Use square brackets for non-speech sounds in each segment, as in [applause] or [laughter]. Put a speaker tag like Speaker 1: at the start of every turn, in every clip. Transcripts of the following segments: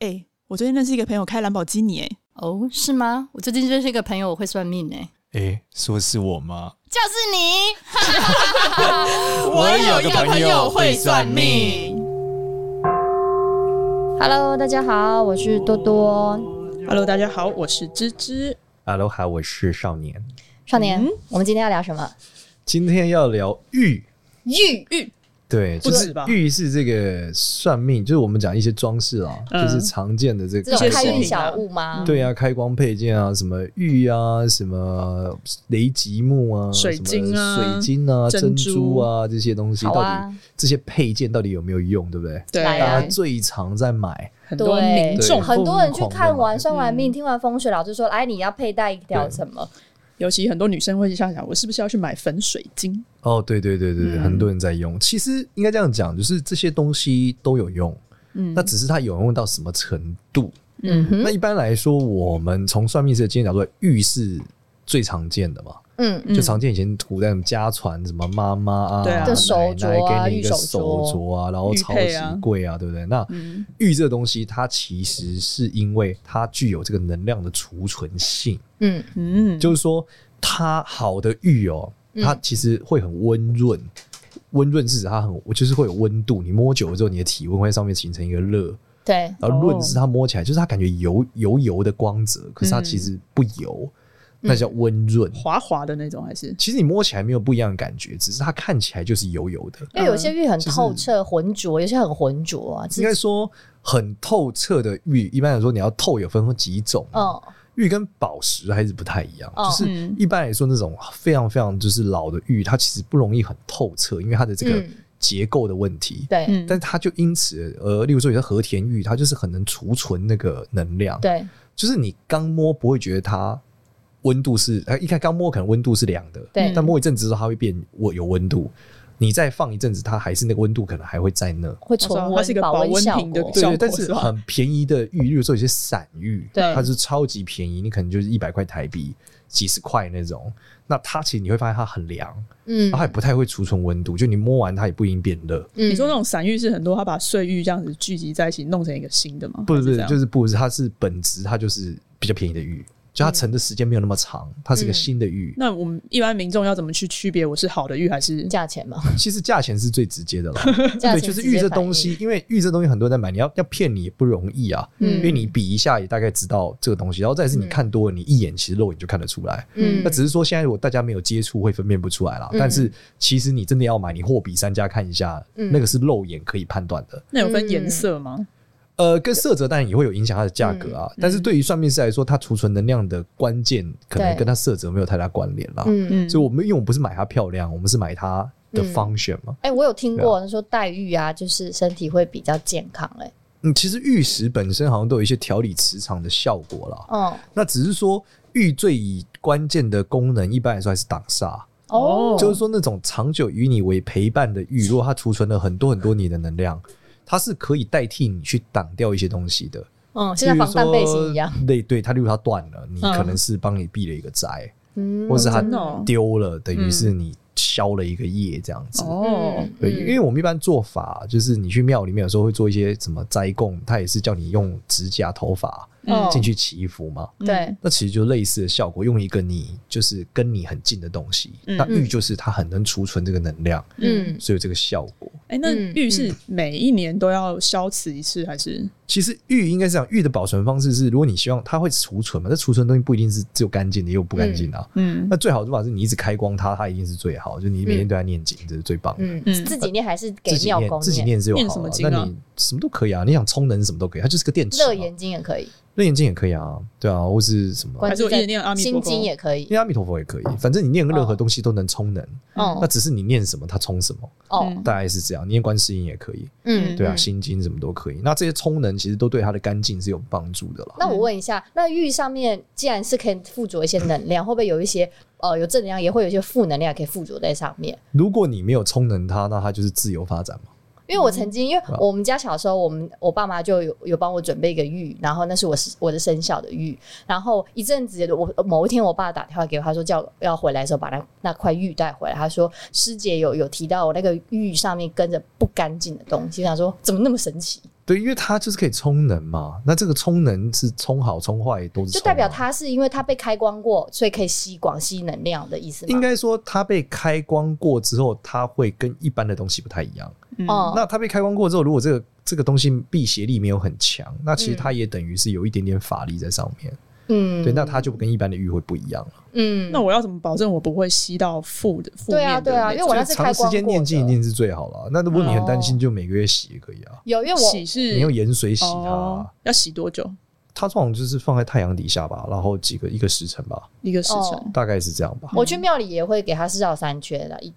Speaker 1: 哎、我最近认识一个朋友开兰博基尼、哎，
Speaker 2: 哦，是吗？我最近认识一个朋友，我会算命哎、
Speaker 3: 诶，说是我吗？
Speaker 2: 就是
Speaker 1: [laughs]
Speaker 2: 你。
Speaker 3: 我有个朋友会算命。
Speaker 4: Hello，大家好，我是多多
Speaker 1: Hello，大家好，我是芝芝。
Speaker 5: 哈喽哈，我是少年。
Speaker 4: 少年。
Speaker 1: 嗯
Speaker 4: 我们今天要聊什么？
Speaker 5: 今天要聊玉，
Speaker 4: 玉
Speaker 5: 对，
Speaker 1: 不
Speaker 5: 就
Speaker 1: 止
Speaker 5: 是
Speaker 1: 吧
Speaker 5: 玉是这个算命，就是我们讲一些装饰啊，
Speaker 1: 嗯
Speaker 5: 就是常见的这
Speaker 4: 这种
Speaker 5: 个
Speaker 1: 些
Speaker 4: 开
Speaker 1: 饰
Speaker 4: 运
Speaker 1: 品啊
Speaker 4: 小物吗？
Speaker 5: 对啊，开光配件啊，什么玉啊，什么雷吉木啊，
Speaker 1: 水晶啊
Speaker 5: 什么水晶啊，
Speaker 1: 珍
Speaker 5: 珍
Speaker 1: 珠
Speaker 5: 珠啊，这些东西
Speaker 4: 好
Speaker 5: 到底、
Speaker 4: 啊
Speaker 5: 这些配件到底有没有用，对不对？
Speaker 1: 对
Speaker 4: 来
Speaker 5: 大
Speaker 4: 啊
Speaker 5: 家最常在买，
Speaker 1: 很多
Speaker 4: 对
Speaker 1: 民众
Speaker 5: 对，
Speaker 4: 很多人去看完
Speaker 5: 嗯
Speaker 4: 算完命，听完风水，老师
Speaker 1: 嗯
Speaker 4: 说：“哎，你要佩戴一条
Speaker 5: 对
Speaker 4: 什么
Speaker 1: 尤其很多女生会想想，我是不是要去买粉水晶？
Speaker 5: 哦，对对对对，对
Speaker 1: 嗯
Speaker 5: 很多人在用。其实应该这样讲，就是这些东西都有用，
Speaker 1: 嗯
Speaker 5: 那只是它有用到什么程度。？”
Speaker 4: 嗯哼，
Speaker 5: 那一般来说，我们从算命师的经验角度，玉是最常见的嘛，
Speaker 4: 嗯，
Speaker 1: 嗯
Speaker 5: 就常见以前古代什么家传什么妈妈啊，
Speaker 1: 对啊
Speaker 5: 奶奶
Speaker 4: 手镯啊
Speaker 5: 给你一
Speaker 4: 玉
Speaker 5: 个
Speaker 4: 手
Speaker 5: 手
Speaker 4: 镯
Speaker 5: 镯啊，然后
Speaker 1: 玉
Speaker 5: 抄
Speaker 1: 佩
Speaker 5: 袭
Speaker 1: 啊
Speaker 5: 柜啊，对不对？那
Speaker 1: 嗯
Speaker 5: 玉这个东西，它其实是因为它具有这个能量的储存性，
Speaker 4: 嗯
Speaker 1: 嗯，
Speaker 5: 就是说它好的玉哦，
Speaker 4: 嗯
Speaker 5: 它其实会很温润。温润是指它很，就是会有温度。你摸久了之后，你的体温会在上面形成一个热，
Speaker 4: 对，
Speaker 5: 然后润是它摸起来，就是它感觉油油油的光泽，可是它其实不油，那叫温润。
Speaker 1: 滑滑的那种，还是
Speaker 5: 其实你摸起来没有不一样的感觉，只是它看起来就是油油的。
Speaker 4: 因为有些玉很
Speaker 5: 就是
Speaker 4: 透彻、浑浊，有些很浑浊啊。
Speaker 5: 应该说很透彻的玉，一般来说你要透有分几种，
Speaker 4: 嗯，
Speaker 5: 玉跟宝石还是不太一样。
Speaker 4: 哦
Speaker 5: 就是一般来说那种非常非常就是老的玉，它其实不容易很透彻，因为它的这个
Speaker 4: 嗯
Speaker 5: 结构的问题。
Speaker 4: 对
Speaker 1: 嗯，
Speaker 5: 但它就因此，呃，例如说有些和田玉，它就是很能储存那个能量。
Speaker 4: 对，
Speaker 5: 就是你刚摸不会觉得它温度是，呃，一开刚摸可能温度是凉的，
Speaker 4: 对
Speaker 5: 但摸一阵子之后它会变我有温度，你再放一阵子，它还是那个温度可能还会在那。
Speaker 4: 会
Speaker 1: 知道
Speaker 4: 重
Speaker 1: 它是一
Speaker 4: 温
Speaker 1: 个
Speaker 4: 保
Speaker 1: 保温
Speaker 4: 效
Speaker 1: 瓶的
Speaker 4: 果。
Speaker 1: 效果，
Speaker 5: 对但
Speaker 1: 是
Speaker 5: 是
Speaker 1: 吧
Speaker 5: 很便宜的玉，例如说有些散玉，
Speaker 4: 对
Speaker 5: 它是超级便宜，你可能就是一百块台币，几十块那种。那它其实你会发现它很凉，
Speaker 4: 嗯
Speaker 5: 然后它也不太会储存温度，就你摸完它也不一定变热。
Speaker 4: 嗯
Speaker 1: 啊你说那种散玉是很多，它把碎玉这样子聚集在一起，弄成一个新的吗？
Speaker 5: 不是不
Speaker 1: 还
Speaker 5: 是
Speaker 1: 这，样
Speaker 5: 就是不是，它是本质，它就是比较便宜的玉，就它沉的时间没有那么长，它是一个
Speaker 4: 嗯
Speaker 5: 新的玉。
Speaker 1: 那我们一般民众要怎么去区别我是好的玉还是
Speaker 4: 价钱嘛，
Speaker 5: [laughs] 其实价钱是最直接的了。
Speaker 4: 嗯价
Speaker 5: 对，
Speaker 4: 钱
Speaker 5: 就
Speaker 4: 直
Speaker 5: 是
Speaker 4: 接
Speaker 5: 玉这
Speaker 4: 反映
Speaker 5: 东西，，因为玉这东西很多人在买，你要要骗你也不容易啊。
Speaker 4: 嗯
Speaker 5: 因为你比一下也大概知道这个东西，然后再来是你
Speaker 4: 嗯
Speaker 5: 看多了，你一眼其实肉眼就看得出来。
Speaker 4: 嗯
Speaker 5: 那只是说现在我大家没有接触，会分辨不出来啦。
Speaker 4: 嗯
Speaker 5: 但是其实你真的要买，你货比三家看一下，
Speaker 4: 嗯
Speaker 5: 那个是肉眼可以判断的。
Speaker 1: 那有分颜色吗？
Speaker 5: 呃，跟色泽当然也会有影响它的价格
Speaker 4: 嗯
Speaker 5: 啊，但是对于算命师来说，它储存能量的关键可能
Speaker 4: 对
Speaker 5: 跟它色泽没有太大关联啦。
Speaker 4: 嗯
Speaker 1: 嗯，
Speaker 5: 所以我们因为我们不是买它漂亮，我们是买它的
Speaker 4: 嗯
Speaker 5: function 嘛。
Speaker 4: 哎、我有听过说黛玉啊，就是身体会比较健康、哎，
Speaker 5: 嗯，其实玉石本身好像都有一些调理磁场的效果啦。
Speaker 4: 嗯，
Speaker 1: 哦
Speaker 5: 那只是说玉最以关键的功能，一般来说还是挡煞，
Speaker 1: 哦
Speaker 5: 就是说那种长久与你为陪伴的
Speaker 4: [laughs]
Speaker 5: 玉，如果它储存了很多很多你的能量，它是可以代替你去挡掉一些东西的。
Speaker 4: 嗯，就像防弹背心一样
Speaker 5: 例，如说。对对，它例如它断了，你
Speaker 1: 嗯
Speaker 5: 可能是帮你避了一个灾，
Speaker 4: 嗯，
Speaker 5: 或是它
Speaker 1: 真的哦
Speaker 5: 丢了，等于是你消了一个业这样子。
Speaker 1: 哦，
Speaker 4: 嗯
Speaker 5: 对，因为我们一般做法就是你去庙里面有时候会做一些什么斋供，它也是叫你用指甲、头发
Speaker 4: 哦
Speaker 5: 进去祈福嘛。
Speaker 1: 嗯
Speaker 4: 对，
Speaker 5: 那其实就类似的效果，用一个你就是跟你很近的东西，
Speaker 1: 嗯
Speaker 5: 那玉就是它很能储存这个能量，
Speaker 4: 嗯，
Speaker 5: 所以有这个效果。
Speaker 1: 哎、那
Speaker 4: 嗯
Speaker 1: 玉是每一年都要消磁一次，还是
Speaker 5: 其实玉应该是这样，玉的保存方式是，如果你希望它会储存嘛，那储存的东西不一定是只有干净的，也有不干净的啊。
Speaker 1: 嗯
Speaker 5: 那最好的做法是你一直开光它，它一定是最好，就你每天对它念经，这是最棒的。
Speaker 4: 嗯
Speaker 1: 嗯
Speaker 4: 自己念还是给
Speaker 5: 自己
Speaker 4: 庙
Speaker 5: 念
Speaker 4: 公
Speaker 5: 自己，念是有
Speaker 1: 念
Speaker 5: 好
Speaker 1: 什么
Speaker 5: 啊，
Speaker 1: 经啊
Speaker 5: 那你什么都可以啊，你想充能什么都可以，它就是个电池、啊。
Speaker 4: 热眼睛也可以，
Speaker 5: 热眼睛也可以啊，对啊，或是什么
Speaker 4: 观
Speaker 1: 还是我一直
Speaker 4: 自在
Speaker 1: 念阿弥陀
Speaker 4: 心
Speaker 1: 佛
Speaker 4: 经也可以，
Speaker 5: 念阿弥陀佛也可以，反正你念任何东西都能充能，那
Speaker 4: 哦
Speaker 5: 只是你念什么它充什么。
Speaker 1: 嗯
Speaker 4: 哦，
Speaker 5: 大概是这样，念观世音也可以，
Speaker 4: 嗯，
Speaker 5: 对啊，
Speaker 4: 嗯
Speaker 5: 心经什么都可以。那这些充能其实都对它的干净是有帮助的啦。
Speaker 4: 那我问一下，那玉上面既然是可以附着一些能量，会不会有一些呃有正能量，也会有一些负能量可以附着在上面？
Speaker 5: 如果你没有充能它，那它就是自由发展嘛。
Speaker 4: 因为我
Speaker 5: 嗯
Speaker 4: 曾经，因为我们家小时候，我们我爸妈就有有帮我准备一个玉，然后那是我是我的生肖的玉，然后一阵子我某一天我爸打电话给我，他说叫要回来的时候把那那块玉带回来，他说师姐有有提到我那个玉上面跟着不干净的东西，他说怎么那么神奇？
Speaker 5: 对，因为它就是可以充能嘛。那这个充能是充好充啊坏都是，
Speaker 4: 就代表。它是因为它被开光过，所以可以吸广吸能量的意思吗？
Speaker 5: 应该说，它被开光过之后，它会跟一般的东西不太一样。
Speaker 4: 哦，
Speaker 5: 那它被开光过之后，如果这个这个东西辟邪力没有很强，那其实它也等于是有一点点法力在上面。
Speaker 4: 嗯
Speaker 5: 对，那它就跟一般的玉会不一样了。
Speaker 4: 嗯，
Speaker 1: 那我要怎么保证我不会吸到负的负
Speaker 4: 对
Speaker 1: 面
Speaker 4: 啊
Speaker 1: 的
Speaker 4: 对啊，
Speaker 1: 那
Speaker 4: 因为
Speaker 1: 种
Speaker 4: 我那是开
Speaker 5: 长时
Speaker 4: 光
Speaker 5: 间
Speaker 4: 过
Speaker 5: 念经一
Speaker 4: 的。
Speaker 5: 定是最好了。那如果你很担心，就每个月洗也可以啊。
Speaker 4: 有，因为我
Speaker 1: 洗是
Speaker 5: 你用盐水洗它啊、
Speaker 1: 哦，要洗多久？
Speaker 5: 它这种就是放在太阳底下吧，然后几个一个时辰吧，
Speaker 1: 一个时
Speaker 4: 哦
Speaker 1: 辰？
Speaker 5: 大概是这样吧。
Speaker 4: 我去庙里也会给他绕三圈的。一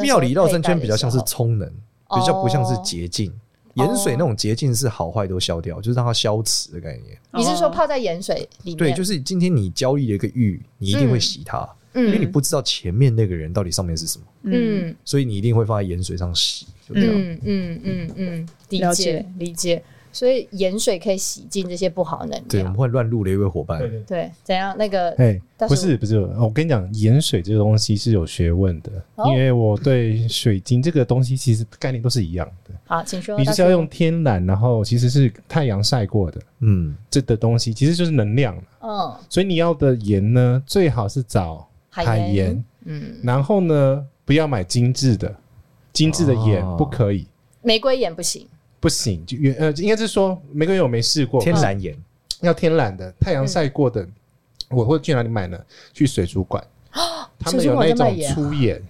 Speaker 5: 庙里绕三圈比较像是充能，
Speaker 4: 哦
Speaker 5: 比较不像是洁净。
Speaker 6: 哦
Speaker 5: 盐水那种洁净是好坏都消掉，就是让它消磁的概念。
Speaker 4: 你是说
Speaker 1: 哦
Speaker 4: 泡在盐水里面？
Speaker 5: 对，就是今天你交易了一个玉，你一定会洗它，因为你
Speaker 4: 嗯
Speaker 5: 不知道前面那个人到底上面是什么，
Speaker 1: 嗯，
Speaker 4: 嗯
Speaker 5: 所以你一定会放在盐水上洗，就这样。
Speaker 4: 嗯嗯嗯嗯，理
Speaker 1: 了
Speaker 4: 解
Speaker 1: 解
Speaker 4: 理解。所以盐水可以洗净这些不好能
Speaker 5: 对，我啊
Speaker 4: 量
Speaker 5: 们。会乱入的一位伙伴，
Speaker 3: 对
Speaker 4: 对，怎样？那个
Speaker 6: 哎、
Speaker 4: 但
Speaker 6: 不
Speaker 4: 是
Speaker 6: 是不是，我跟你讲，盐水这个东西是有学问的，
Speaker 4: 哦
Speaker 6: 因为我对水晶这个东西其实概念都是一样的，
Speaker 4: 好，请说。
Speaker 6: 你就是要用天然，然后其实是太阳晒过的
Speaker 5: 嗯，
Speaker 6: 这的东西，其实就是能量。
Speaker 4: 嗯
Speaker 6: 所以你要的盐呢，最好是找
Speaker 4: 海
Speaker 6: 海
Speaker 4: 盐
Speaker 6: 盐，
Speaker 4: 嗯，
Speaker 6: 然后呢，不要买精致的，精致的盐
Speaker 5: 哦
Speaker 6: 不可以，
Speaker 4: 玫瑰盐不行。
Speaker 6: 不行，就原呃，应该是说玫瑰油我没试过，
Speaker 5: 天然盐，
Speaker 6: 要天然的，太阳晒过的，我会去哪里买呢？去水族馆，他们有那
Speaker 4: 哦水族馆在卖
Speaker 6: 种
Speaker 4: 盐
Speaker 6: 粗盐，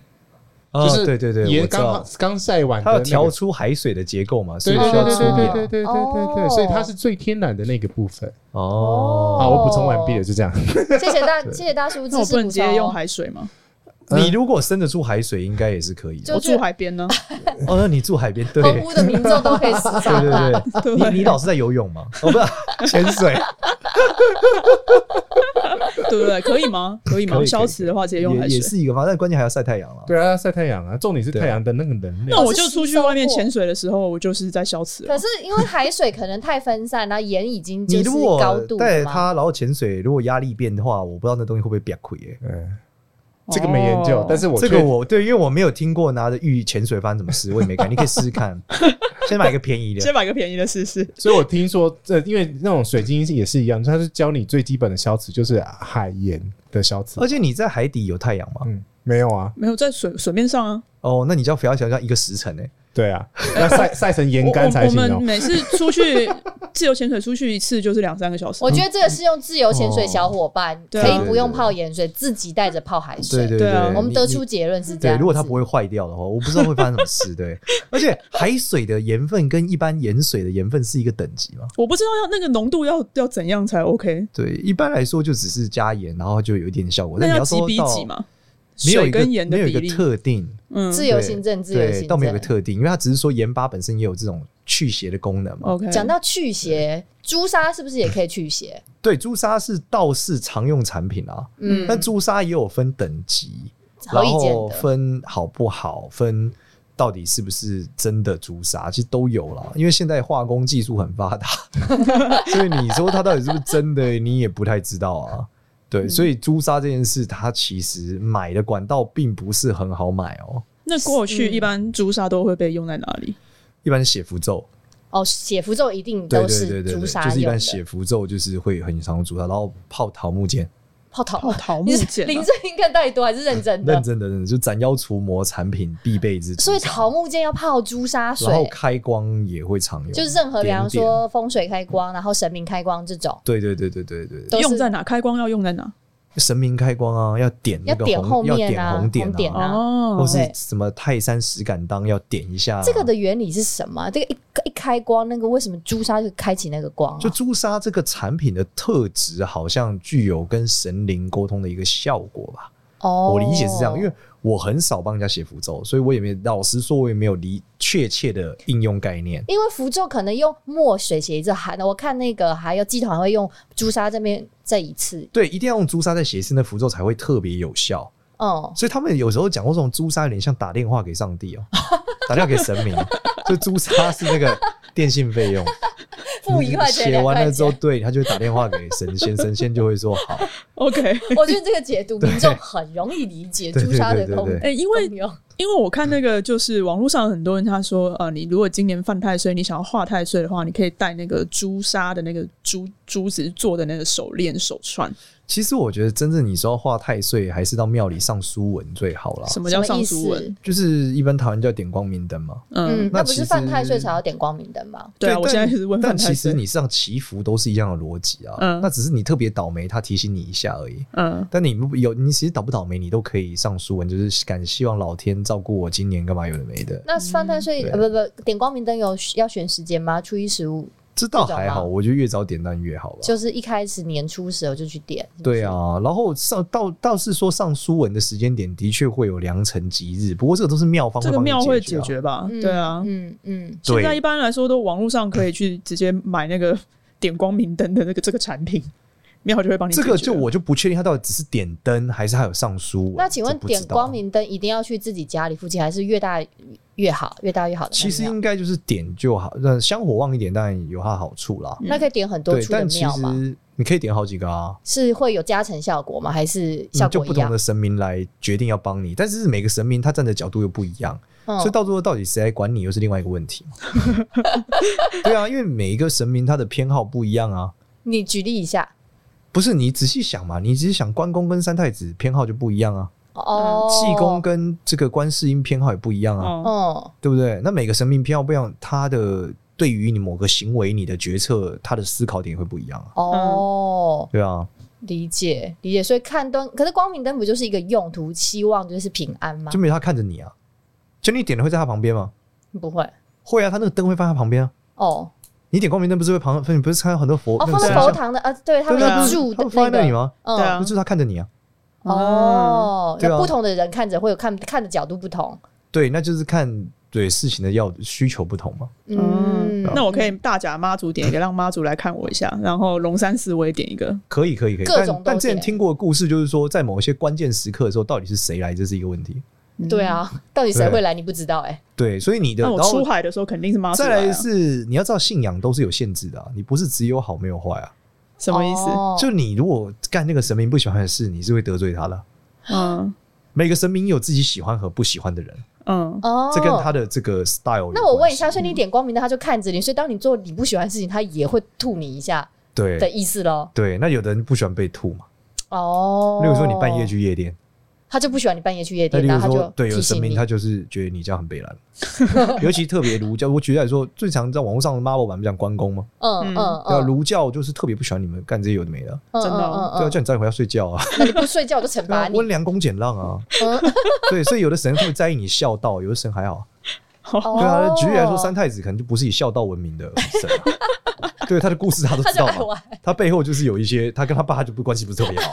Speaker 5: 啊
Speaker 6: 就是
Speaker 5: 对对对，我
Speaker 6: 盐
Speaker 5: 知
Speaker 6: 刚好
Speaker 5: 道，
Speaker 6: 刚晒完的
Speaker 5: 它
Speaker 6: 那
Speaker 5: 要
Speaker 6: 个，
Speaker 5: 调出海水的结构嘛，所
Speaker 6: 对
Speaker 5: 以
Speaker 6: 对
Speaker 5: 需
Speaker 6: 对
Speaker 5: 要
Speaker 6: 对
Speaker 5: 粗啊
Speaker 6: 对对对
Speaker 5: 盐
Speaker 6: 对对对对，
Speaker 4: 哦
Speaker 6: 所以它是最天然的那个部分。
Speaker 5: 哦。
Speaker 6: 好，我补充完毕了，就这样。
Speaker 4: 谢谢大，谢谢大叔
Speaker 1: 那我不
Speaker 4: 支持
Speaker 1: 能
Speaker 4: 补
Speaker 1: 直接
Speaker 4: 充
Speaker 1: 用
Speaker 4: 哦。
Speaker 1: 海水吗？
Speaker 5: 嗯你如果生得出海水，应该也是可以的。
Speaker 4: 就
Speaker 1: 我
Speaker 4: 是
Speaker 1: 住海
Speaker 4: [laughs]
Speaker 1: 边呢，
Speaker 5: 哦，那你住海边，对，
Speaker 6: 哦
Speaker 4: 澎湖的民众都可以吃
Speaker 5: 对
Speaker 4: 沙拉。
Speaker 5: 对对，你你老是在游泳吗？哦，不是，潜水
Speaker 1: 对不对？可以吗？可以
Speaker 5: 可以可
Speaker 1: 吗？
Speaker 5: 以
Speaker 1: 消磁的话直接用
Speaker 5: 也
Speaker 1: 海
Speaker 5: 也
Speaker 1: 水。
Speaker 5: 是一个方法，但关键还要晒太阳啊。
Speaker 6: 对啊，晒太阳啊，重点是太阳的那个能
Speaker 1: 那
Speaker 4: 哦
Speaker 6: 量。
Speaker 1: 我就出去外面潜水的时候，我就是在消磁了
Speaker 4: 可。是因为海水可能太分散，然后盐已经就
Speaker 5: 你
Speaker 4: 是
Speaker 5: 如果
Speaker 4: 高度
Speaker 5: 带
Speaker 4: 了嘛。
Speaker 5: 它，然后潜水，如果压力变的话，我不知道那东西会不会瘪溃耶。
Speaker 6: 嗯，这个没研究
Speaker 1: 哦，
Speaker 6: 但是我
Speaker 5: 这
Speaker 6: 确
Speaker 5: 个我对，因为我没有听过拿着玉潜水发生什么事，我也没 [laughs] 看。你可以试试看，先买一个便宜
Speaker 1: 先
Speaker 5: 的。
Speaker 1: 买个便宜的试试。
Speaker 6: 所以我听说，这因为那种水晶也是一样，它是教你最基本的消磁，就是海盐的消磁
Speaker 5: 而。且你在海底有太阳吗？
Speaker 6: 嗯，没有啊，
Speaker 1: 没有在水水面上啊，
Speaker 5: 哦，那你就要不要想象一个时辰哎，
Speaker 6: 对啊，那 [laughs] 晒晒成
Speaker 1: 我
Speaker 6: 盐干
Speaker 1: 我
Speaker 6: 才
Speaker 1: 我
Speaker 6: 行哦
Speaker 1: 们。每次出去自由潜水出去一次就是两三个小时
Speaker 4: 我。觉得这个是用自由潜
Speaker 5: 哦
Speaker 4: 水小伙伴
Speaker 1: 对
Speaker 4: 可
Speaker 1: 啊
Speaker 4: 以不用泡盐水，自己带着泡海
Speaker 5: 对
Speaker 4: 水。
Speaker 5: 对
Speaker 1: 对啊
Speaker 5: 你
Speaker 4: 我们得
Speaker 5: 你
Speaker 4: 出结论是这
Speaker 5: 对，
Speaker 4: 样。
Speaker 5: 如果它不会坏掉的话，我不知道会发生什么事。对，而且海水的盐分跟一般盐水的盐分是一个等级嘛？
Speaker 1: 我不知道要那个浓度要要怎样才 OK，
Speaker 5: 对，一般来说就只是加盐，然后就有一点效果。
Speaker 1: 那
Speaker 5: 但你
Speaker 1: 要
Speaker 5: 要
Speaker 1: 几
Speaker 5: 说
Speaker 1: 比
Speaker 5: 到
Speaker 1: 几嘛？
Speaker 5: 没有一
Speaker 1: 水
Speaker 5: 个
Speaker 1: 跟盐的
Speaker 5: 没有一
Speaker 1: 比例，
Speaker 5: 个特定，
Speaker 1: 嗯
Speaker 4: 自由行政，自由
Speaker 5: 对，
Speaker 4: 行
Speaker 5: 倒没有一
Speaker 4: 政
Speaker 5: 个。特定，因为它只是说盐巴本身也有这种去邪的功能嘛。
Speaker 1: ，OK，
Speaker 4: 讲到去邪，朱砂是不是也可以去邪？
Speaker 5: 对，朱砂是道士常用产品啊，
Speaker 4: 嗯，
Speaker 5: 但朱砂也有分等级，
Speaker 4: 何
Speaker 5: 然
Speaker 4: 以见
Speaker 5: 后
Speaker 4: 得？
Speaker 5: 分好不好，分到底是不是真的朱砂，其实都有啦。因为现在化工技术很发达， [laughs] 所以你说它到底是不是真的，你也不太知道啊。
Speaker 4: 嗯
Speaker 5: 对，所以朱砂这件事，它其实买的管道并不是很好买哦，
Speaker 1: 那过去
Speaker 4: 嗯
Speaker 1: 一般朱砂都会被用在哪里？
Speaker 5: 一般是写符咒。
Speaker 4: 哦，写符咒一定
Speaker 5: 对
Speaker 4: 都
Speaker 5: 对对
Speaker 4: 是
Speaker 5: 对对，
Speaker 4: 朱砂
Speaker 5: 就是一
Speaker 4: 用
Speaker 5: 般
Speaker 4: 的。
Speaker 5: 写符咒，就是会很常用朱砂，然后泡桃木剑，
Speaker 4: 泡桃
Speaker 1: 哦，，桃木
Speaker 4: 你是
Speaker 1: 剑
Speaker 4: 林
Speaker 1: 啊，
Speaker 4: 正英看到底多还是认真的
Speaker 5: 认？真的认真的，就斩妖除魔产品必备之。
Speaker 4: 嗯所以桃，木剑要泡朱砂水
Speaker 5: 然，后开光也会常用，
Speaker 4: 就是任何比方
Speaker 5: 点点，
Speaker 4: 说风水开光，然后神明开光这种，
Speaker 5: 对对对对对对，
Speaker 4: 都是
Speaker 1: 用在哪？开光要用在哪？
Speaker 5: 神明开光啊，要点那个
Speaker 4: 要点后
Speaker 5: 红，要
Speaker 4: 面啊
Speaker 5: 点红
Speaker 4: 红点
Speaker 5: 点
Speaker 4: 啊
Speaker 5: 啊，
Speaker 1: 哦
Speaker 5: 或，是
Speaker 4: 对
Speaker 5: 什么泰山石敢当要点一下啊。
Speaker 4: 这个的原理是什么？这个一一开光，那个为什么朱砂就开启那个光啊、
Speaker 5: 就朱砂这个产品的特质，好像具有跟神灵沟通的一个效果吧。
Speaker 4: 哦
Speaker 5: 我理解是这样，因为我很少帮人家写符咒，所以我也没老实说，我也没有理确切的应用概念。
Speaker 4: 因为符咒可能用墨水写一次，还我看那个还有祭坛会用朱砂这边这一次，
Speaker 5: 对，一定要用朱砂在写信的符咒才会特别有效。
Speaker 4: 嗯，
Speaker 5: 所以他们有时候讲过，这种朱砂有点像打电话给上帝
Speaker 1: [laughs]
Speaker 5: 哦、打电话给神明。就朱砂是那个电信
Speaker 1: [laughs]
Speaker 5: 费用，
Speaker 4: 付一块钱
Speaker 5: 写
Speaker 4: 两
Speaker 5: 完
Speaker 4: 块
Speaker 5: 了之后，
Speaker 4: 钱。
Speaker 5: 对他就会打电话给神仙，神仙就会说好。
Speaker 1: [laughs] ，OK，
Speaker 4: [laughs] 我觉得这个解读民众很容易理解
Speaker 5: 对对
Speaker 4: 朱砂的
Speaker 5: 对对
Speaker 4: 功
Speaker 5: 对
Speaker 1: 哎，因为
Speaker 4: 功用，
Speaker 1: 因为我看那个就是网络上很多人他说，呃，你如果今年犯太岁，你想要化太岁的话，你可以戴那个朱砂的那个珠珠子做的那个手链手串。
Speaker 5: 其实我觉得，真正你说要画太岁，还是到庙里上书文最好啦。
Speaker 1: 什么
Speaker 4: 什
Speaker 1: 叫
Speaker 4: 么
Speaker 1: 上
Speaker 4: 意
Speaker 1: 书文？
Speaker 4: 思？
Speaker 5: 就是一般台湾叫点光明灯嘛。
Speaker 1: 嗯
Speaker 4: 嗯，，
Speaker 5: 那
Speaker 4: 那不
Speaker 5: 其
Speaker 4: 是犯太岁
Speaker 5: 实
Speaker 4: 才要点光明灯吗？
Speaker 1: 对啊，我
Speaker 5: 但
Speaker 1: 现在就是问
Speaker 5: 但
Speaker 1: 犯太
Speaker 5: 其实
Speaker 1: 岁。
Speaker 5: 你上祈福都是一样的逻辑啊。
Speaker 1: 嗯
Speaker 5: 那只是你特别倒霉，他提醒你一下而已。
Speaker 1: 嗯，
Speaker 5: 但你不有你其实倒不倒霉，你都可以上书文，就是感希望老天照顾我今年干嘛有的没的。
Speaker 4: 那犯太岁
Speaker 5: 嗯对
Speaker 4: 呃不不点光明灯有要选时间吗？初一十五
Speaker 5: 这倒
Speaker 4: 这种
Speaker 5: 还好，
Speaker 4: 吗
Speaker 5: 我觉得越早点单越好吧。
Speaker 4: 啊就是一开始年初时候就去点，是不是
Speaker 5: 对，啊，然后上倒倒是说上书文的时间点的确会有良辰吉日，不过这个都是庙方
Speaker 1: 这
Speaker 5: 会
Speaker 1: 个
Speaker 5: 帮你
Speaker 1: 庙会
Speaker 5: 解
Speaker 1: 解
Speaker 5: 啊。
Speaker 1: 决吧？
Speaker 4: 嗯
Speaker 1: 对啊，
Speaker 4: 嗯嗯，
Speaker 1: 现在
Speaker 5: 对
Speaker 1: 一般来说都网络上可以去直接买那个 [laughs] 点光明灯的那个这个产品，庙就会帮你解
Speaker 4: 啊
Speaker 5: 这
Speaker 1: 决。
Speaker 5: 个就我就不确定他到底只是点灯还是还有上书文。
Speaker 4: 那请问
Speaker 5: 这不知道
Speaker 4: 点光明灯一定要去自己家里附近，还是越大越好？越大越好的那
Speaker 5: 其实
Speaker 4: 庙
Speaker 5: 应该就是点就好，那香火旺一点当然有它的好处啦。
Speaker 4: 那可以点很多
Speaker 5: 嗯对，
Speaker 4: 处的
Speaker 5: 但其
Speaker 4: 庙吗？
Speaker 5: 实你可以点好几个啊，
Speaker 4: 是会有加成效果吗？还是
Speaker 5: 你
Speaker 4: 效
Speaker 5: 嗯就
Speaker 4: 果
Speaker 5: 不
Speaker 4: 一
Speaker 5: 同
Speaker 4: 样
Speaker 5: 的？神明来决定要帮你，但是每个神明他站的角度又不一样，
Speaker 4: 嗯
Speaker 5: 所以到最后到底谁来管你又是另外一个问题。 [laughs] 对啊，因为每一个神明他的偏好不一样啊。
Speaker 4: 你举例一下
Speaker 5: 不是你仔细想嘛，你只是想关公跟三太子偏好就不一样啊，
Speaker 4: 哦，
Speaker 5: 济公跟这个观世音偏好也不一样啊，
Speaker 1: 哦，
Speaker 4: 哦，
Speaker 5: 对不对？那每个神明偏好不一样，他的对于你某个行为、你的决策，他的思考点也会不一样啊，
Speaker 4: 哦，
Speaker 5: 对啊。
Speaker 4: 理解理解，所以看灯，可是光明灯不就是一个用途，希望就是平安吗
Speaker 5: 就？没有他看着你啊，就你点的会在他旁边吗？
Speaker 4: 不会
Speaker 5: 会啊，他那个灯会放在他旁边啊。
Speaker 4: 哦
Speaker 5: 你点光明灯不是会旁，你不是看到很多佛
Speaker 4: 哦，
Speaker 5: 那个
Speaker 4: 放在
Speaker 5: 神
Speaker 1: 佛
Speaker 4: 佛
Speaker 5: 像，
Speaker 4: 堂的啊，对他
Speaker 5: 对
Speaker 4: 们
Speaker 5: 啊，
Speaker 4: 有
Speaker 5: 不是
Speaker 4: 住
Speaker 5: 他
Speaker 4: 的
Speaker 5: 们放在那里
Speaker 4: 个，
Speaker 5: 吗？
Speaker 1: 对啊
Speaker 5: 那就是他看着你啊，
Speaker 4: 哦，
Speaker 5: 对啊
Speaker 4: 那不同的人看着会有看看的角度不同，
Speaker 5: 对，那就是看对事情的要需求不同嘛。
Speaker 1: 嗯
Speaker 4: 嗯，
Speaker 1: 那我可以大甲妈祖点一个，让妈祖来看我一下，然后龙山寺我也点一个。
Speaker 5: 可以，可以，可以。
Speaker 4: 各种都
Speaker 5: 但但之前
Speaker 4: 点
Speaker 5: 听过的故事就是说，在某一些关键时刻的时候，到底是谁来，这是一个问题。
Speaker 4: 对啊，到底谁会来你不知道哎，
Speaker 5: 对，所以你的
Speaker 1: 嗯那
Speaker 5: 然
Speaker 1: 我出
Speaker 5: 后
Speaker 1: 海的时候肯定是妈祖
Speaker 5: 再
Speaker 1: 来
Speaker 5: 来
Speaker 1: 啊，
Speaker 5: 是你要知道，信仰都是有限制的啊，你不是只有好没有坏啊。
Speaker 1: 什么意思？
Speaker 4: 哦
Speaker 5: 就你如果干那个神明不喜欢的事，你是会得罪他的啊。
Speaker 1: 嗯
Speaker 5: 每个神明有自己喜欢和不喜欢的人，
Speaker 1: 嗯，
Speaker 4: 哦
Speaker 5: 这跟他的这个 style 有
Speaker 4: 那我问
Speaker 5: 关
Speaker 4: 一
Speaker 5: 系，
Speaker 4: 下，所以你点光明灯，他就看着你，所以当你做你不喜欢的事情，他也会吐你一下的
Speaker 5: 对
Speaker 4: 意思喽。
Speaker 5: 对，那有的人不喜欢被吐嘛，
Speaker 4: 哦，
Speaker 5: 例如说你半夜，去夜店，
Speaker 4: 他就不喜欢你半夜去夜
Speaker 5: 那
Speaker 4: 店，
Speaker 5: 例
Speaker 4: 然
Speaker 5: 如
Speaker 4: 后
Speaker 5: 说
Speaker 4: 就
Speaker 5: 对有
Speaker 4: 提
Speaker 5: 神
Speaker 4: 醒
Speaker 5: 明
Speaker 4: 你
Speaker 5: 他。就是觉得你这样很北蓝， [laughs] 尤其特别儒教，我举例来说，最常在网络上的 Marvel 版不讲关公吗？
Speaker 4: 嗯嗯
Speaker 5: 对啊，
Speaker 4: 嗯，
Speaker 5: 儒教就是特别不喜欢你们干这些有的没的，
Speaker 4: 嗯
Speaker 1: 真的哦
Speaker 5: 对啊，叫你早点回家睡觉
Speaker 4: [laughs]
Speaker 5: 啊，
Speaker 4: 那你不睡觉我就惩
Speaker 5: 对
Speaker 4: 罚
Speaker 5: 啊
Speaker 4: 你
Speaker 5: 温。良恭俭让啊，
Speaker 4: 嗯
Speaker 5: [laughs] 对，所以有的神会在意你孝道，有的神还好，
Speaker 4: 哦
Speaker 5: 对啊，举例来说，三太子可能就不是以孝道闻名的神啊、对他的故事他都
Speaker 4: [laughs] 他
Speaker 5: 知
Speaker 4: 就
Speaker 5: 道
Speaker 4: 爱
Speaker 5: 嘛，
Speaker 4: 玩，
Speaker 5: 他背后就是有一些他跟他爸就不关系不是特别好。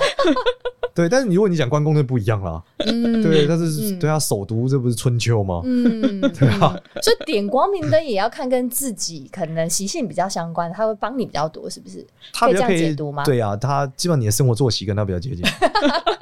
Speaker 5: 对，但是你如果你讲关公，那不一样啦。
Speaker 4: 嗯，
Speaker 5: 对，啊但是
Speaker 4: 嗯
Speaker 5: 对他首都，这不是春秋吗？
Speaker 4: 嗯，
Speaker 5: 对啊，
Speaker 4: 就点光明灯也要看跟自己可能习性比较相关，他会帮你比较多，是不是？
Speaker 5: 他比较
Speaker 4: 可以这样
Speaker 5: 以
Speaker 4: 解读吗
Speaker 5: 对啊，他基本上你的生活作息跟他比较
Speaker 4: [laughs]
Speaker 5: 接近。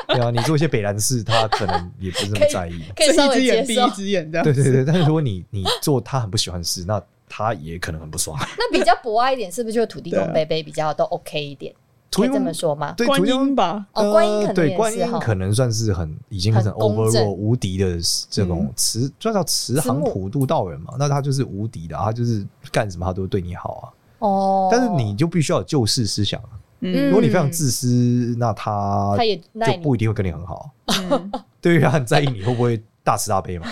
Speaker 5: 对啊，你做一些北兰事，他可能也不是那么在意。
Speaker 4: 可以稍
Speaker 1: 睁一只
Speaker 4: 微接
Speaker 1: 眼闭
Speaker 4: 受
Speaker 1: 一。只眼这样。
Speaker 5: 对对对，但是如果你你做他很不喜欢的事，那他也可能很不爽。
Speaker 4: [laughs] 那比较博爱一点，是不是就土地
Speaker 1: 对啊
Speaker 4: 公、贝贝比较都 OK 一点？
Speaker 5: 土
Speaker 4: 可
Speaker 5: 地
Speaker 4: 以这
Speaker 5: 公
Speaker 4: 么说吗？
Speaker 5: 对
Speaker 1: 观
Speaker 5: 土地
Speaker 1: 音
Speaker 5: 公
Speaker 1: 吧，
Speaker 4: 哦，观音可
Speaker 5: 呃
Speaker 4: 能
Speaker 5: 对
Speaker 4: 也
Speaker 5: 观
Speaker 4: 是
Speaker 5: 音
Speaker 4: 哈，
Speaker 5: 可能算是很已经很
Speaker 4: 很公
Speaker 5: overall
Speaker 4: 正
Speaker 5: 无敌的这种
Speaker 1: 嗯
Speaker 5: 慈，就叫慈
Speaker 4: 慈
Speaker 5: 航
Speaker 4: 母
Speaker 5: 普渡道人嘛。那他就是无敌的啊，他就是干什么他都对你好啊。
Speaker 4: 哦，
Speaker 5: 但是你就必须要有救世思想啊，
Speaker 1: 嗯
Speaker 5: 如果你非常自私，那他
Speaker 4: 他也
Speaker 5: 啊就
Speaker 4: 耐你
Speaker 5: 不一定会跟你很好。
Speaker 4: [laughs]
Speaker 1: 嗯
Speaker 5: 对于他很在意你会不会大慈大悲嘛，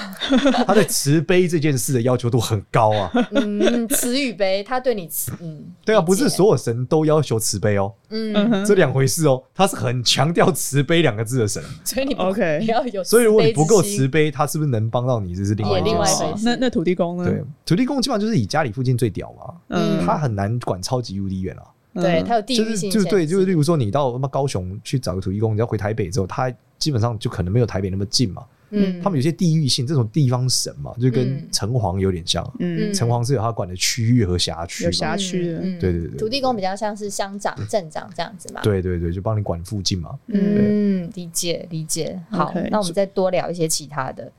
Speaker 5: 他对慈悲这件事的要求度很高啊。
Speaker 4: 嗯，词语呗， [laughs] 他对你词，嗯，
Speaker 5: 对啊，
Speaker 4: 理解
Speaker 5: 不是所有神都要求慈悲哦，
Speaker 1: 嗯
Speaker 4: 嗯，
Speaker 1: 哼
Speaker 5: 这两回事哦。他是很强调慈悲两个字的神，
Speaker 4: 所以你不
Speaker 1: OK
Speaker 4: 你要有，
Speaker 5: 所以如果你不够慈，悲，他是不是能帮到你，这是另外一
Speaker 4: 也另
Speaker 5: 件
Speaker 4: 外一
Speaker 5: 事。
Speaker 4: 回事
Speaker 1: 哦那那土地公呢？
Speaker 5: 对，土地公基本上就是以家里附近最屌嘛，
Speaker 1: 嗯，
Speaker 5: 他很难管超级无敌远啊。
Speaker 1: 嗯
Speaker 4: 对他有地
Speaker 5: 就
Speaker 4: 域
Speaker 5: 是
Speaker 4: 性限制，
Speaker 5: 就对，就是例如说你到他妈高雄去找个土地公，你要回台北之后，他基本上就可能没有台北那么近嘛。
Speaker 4: 嗯，
Speaker 5: 他们有些地域性，这种地方神嘛，就跟
Speaker 4: 嗯
Speaker 5: 城隍有点像啊。
Speaker 1: 嗯
Speaker 5: 城隍是有他管的区域和辖区
Speaker 1: 有
Speaker 5: 嘛，
Speaker 1: 辖区的，
Speaker 4: 嗯
Speaker 5: 对对对对嗯
Speaker 4: 土地公比较像是乡长、镇长这样子嘛，，
Speaker 5: 对对对，就帮你管附近嘛。
Speaker 4: 嗯，理解理解，好
Speaker 1: OK，，
Speaker 4: 那我们再多聊一些其他的。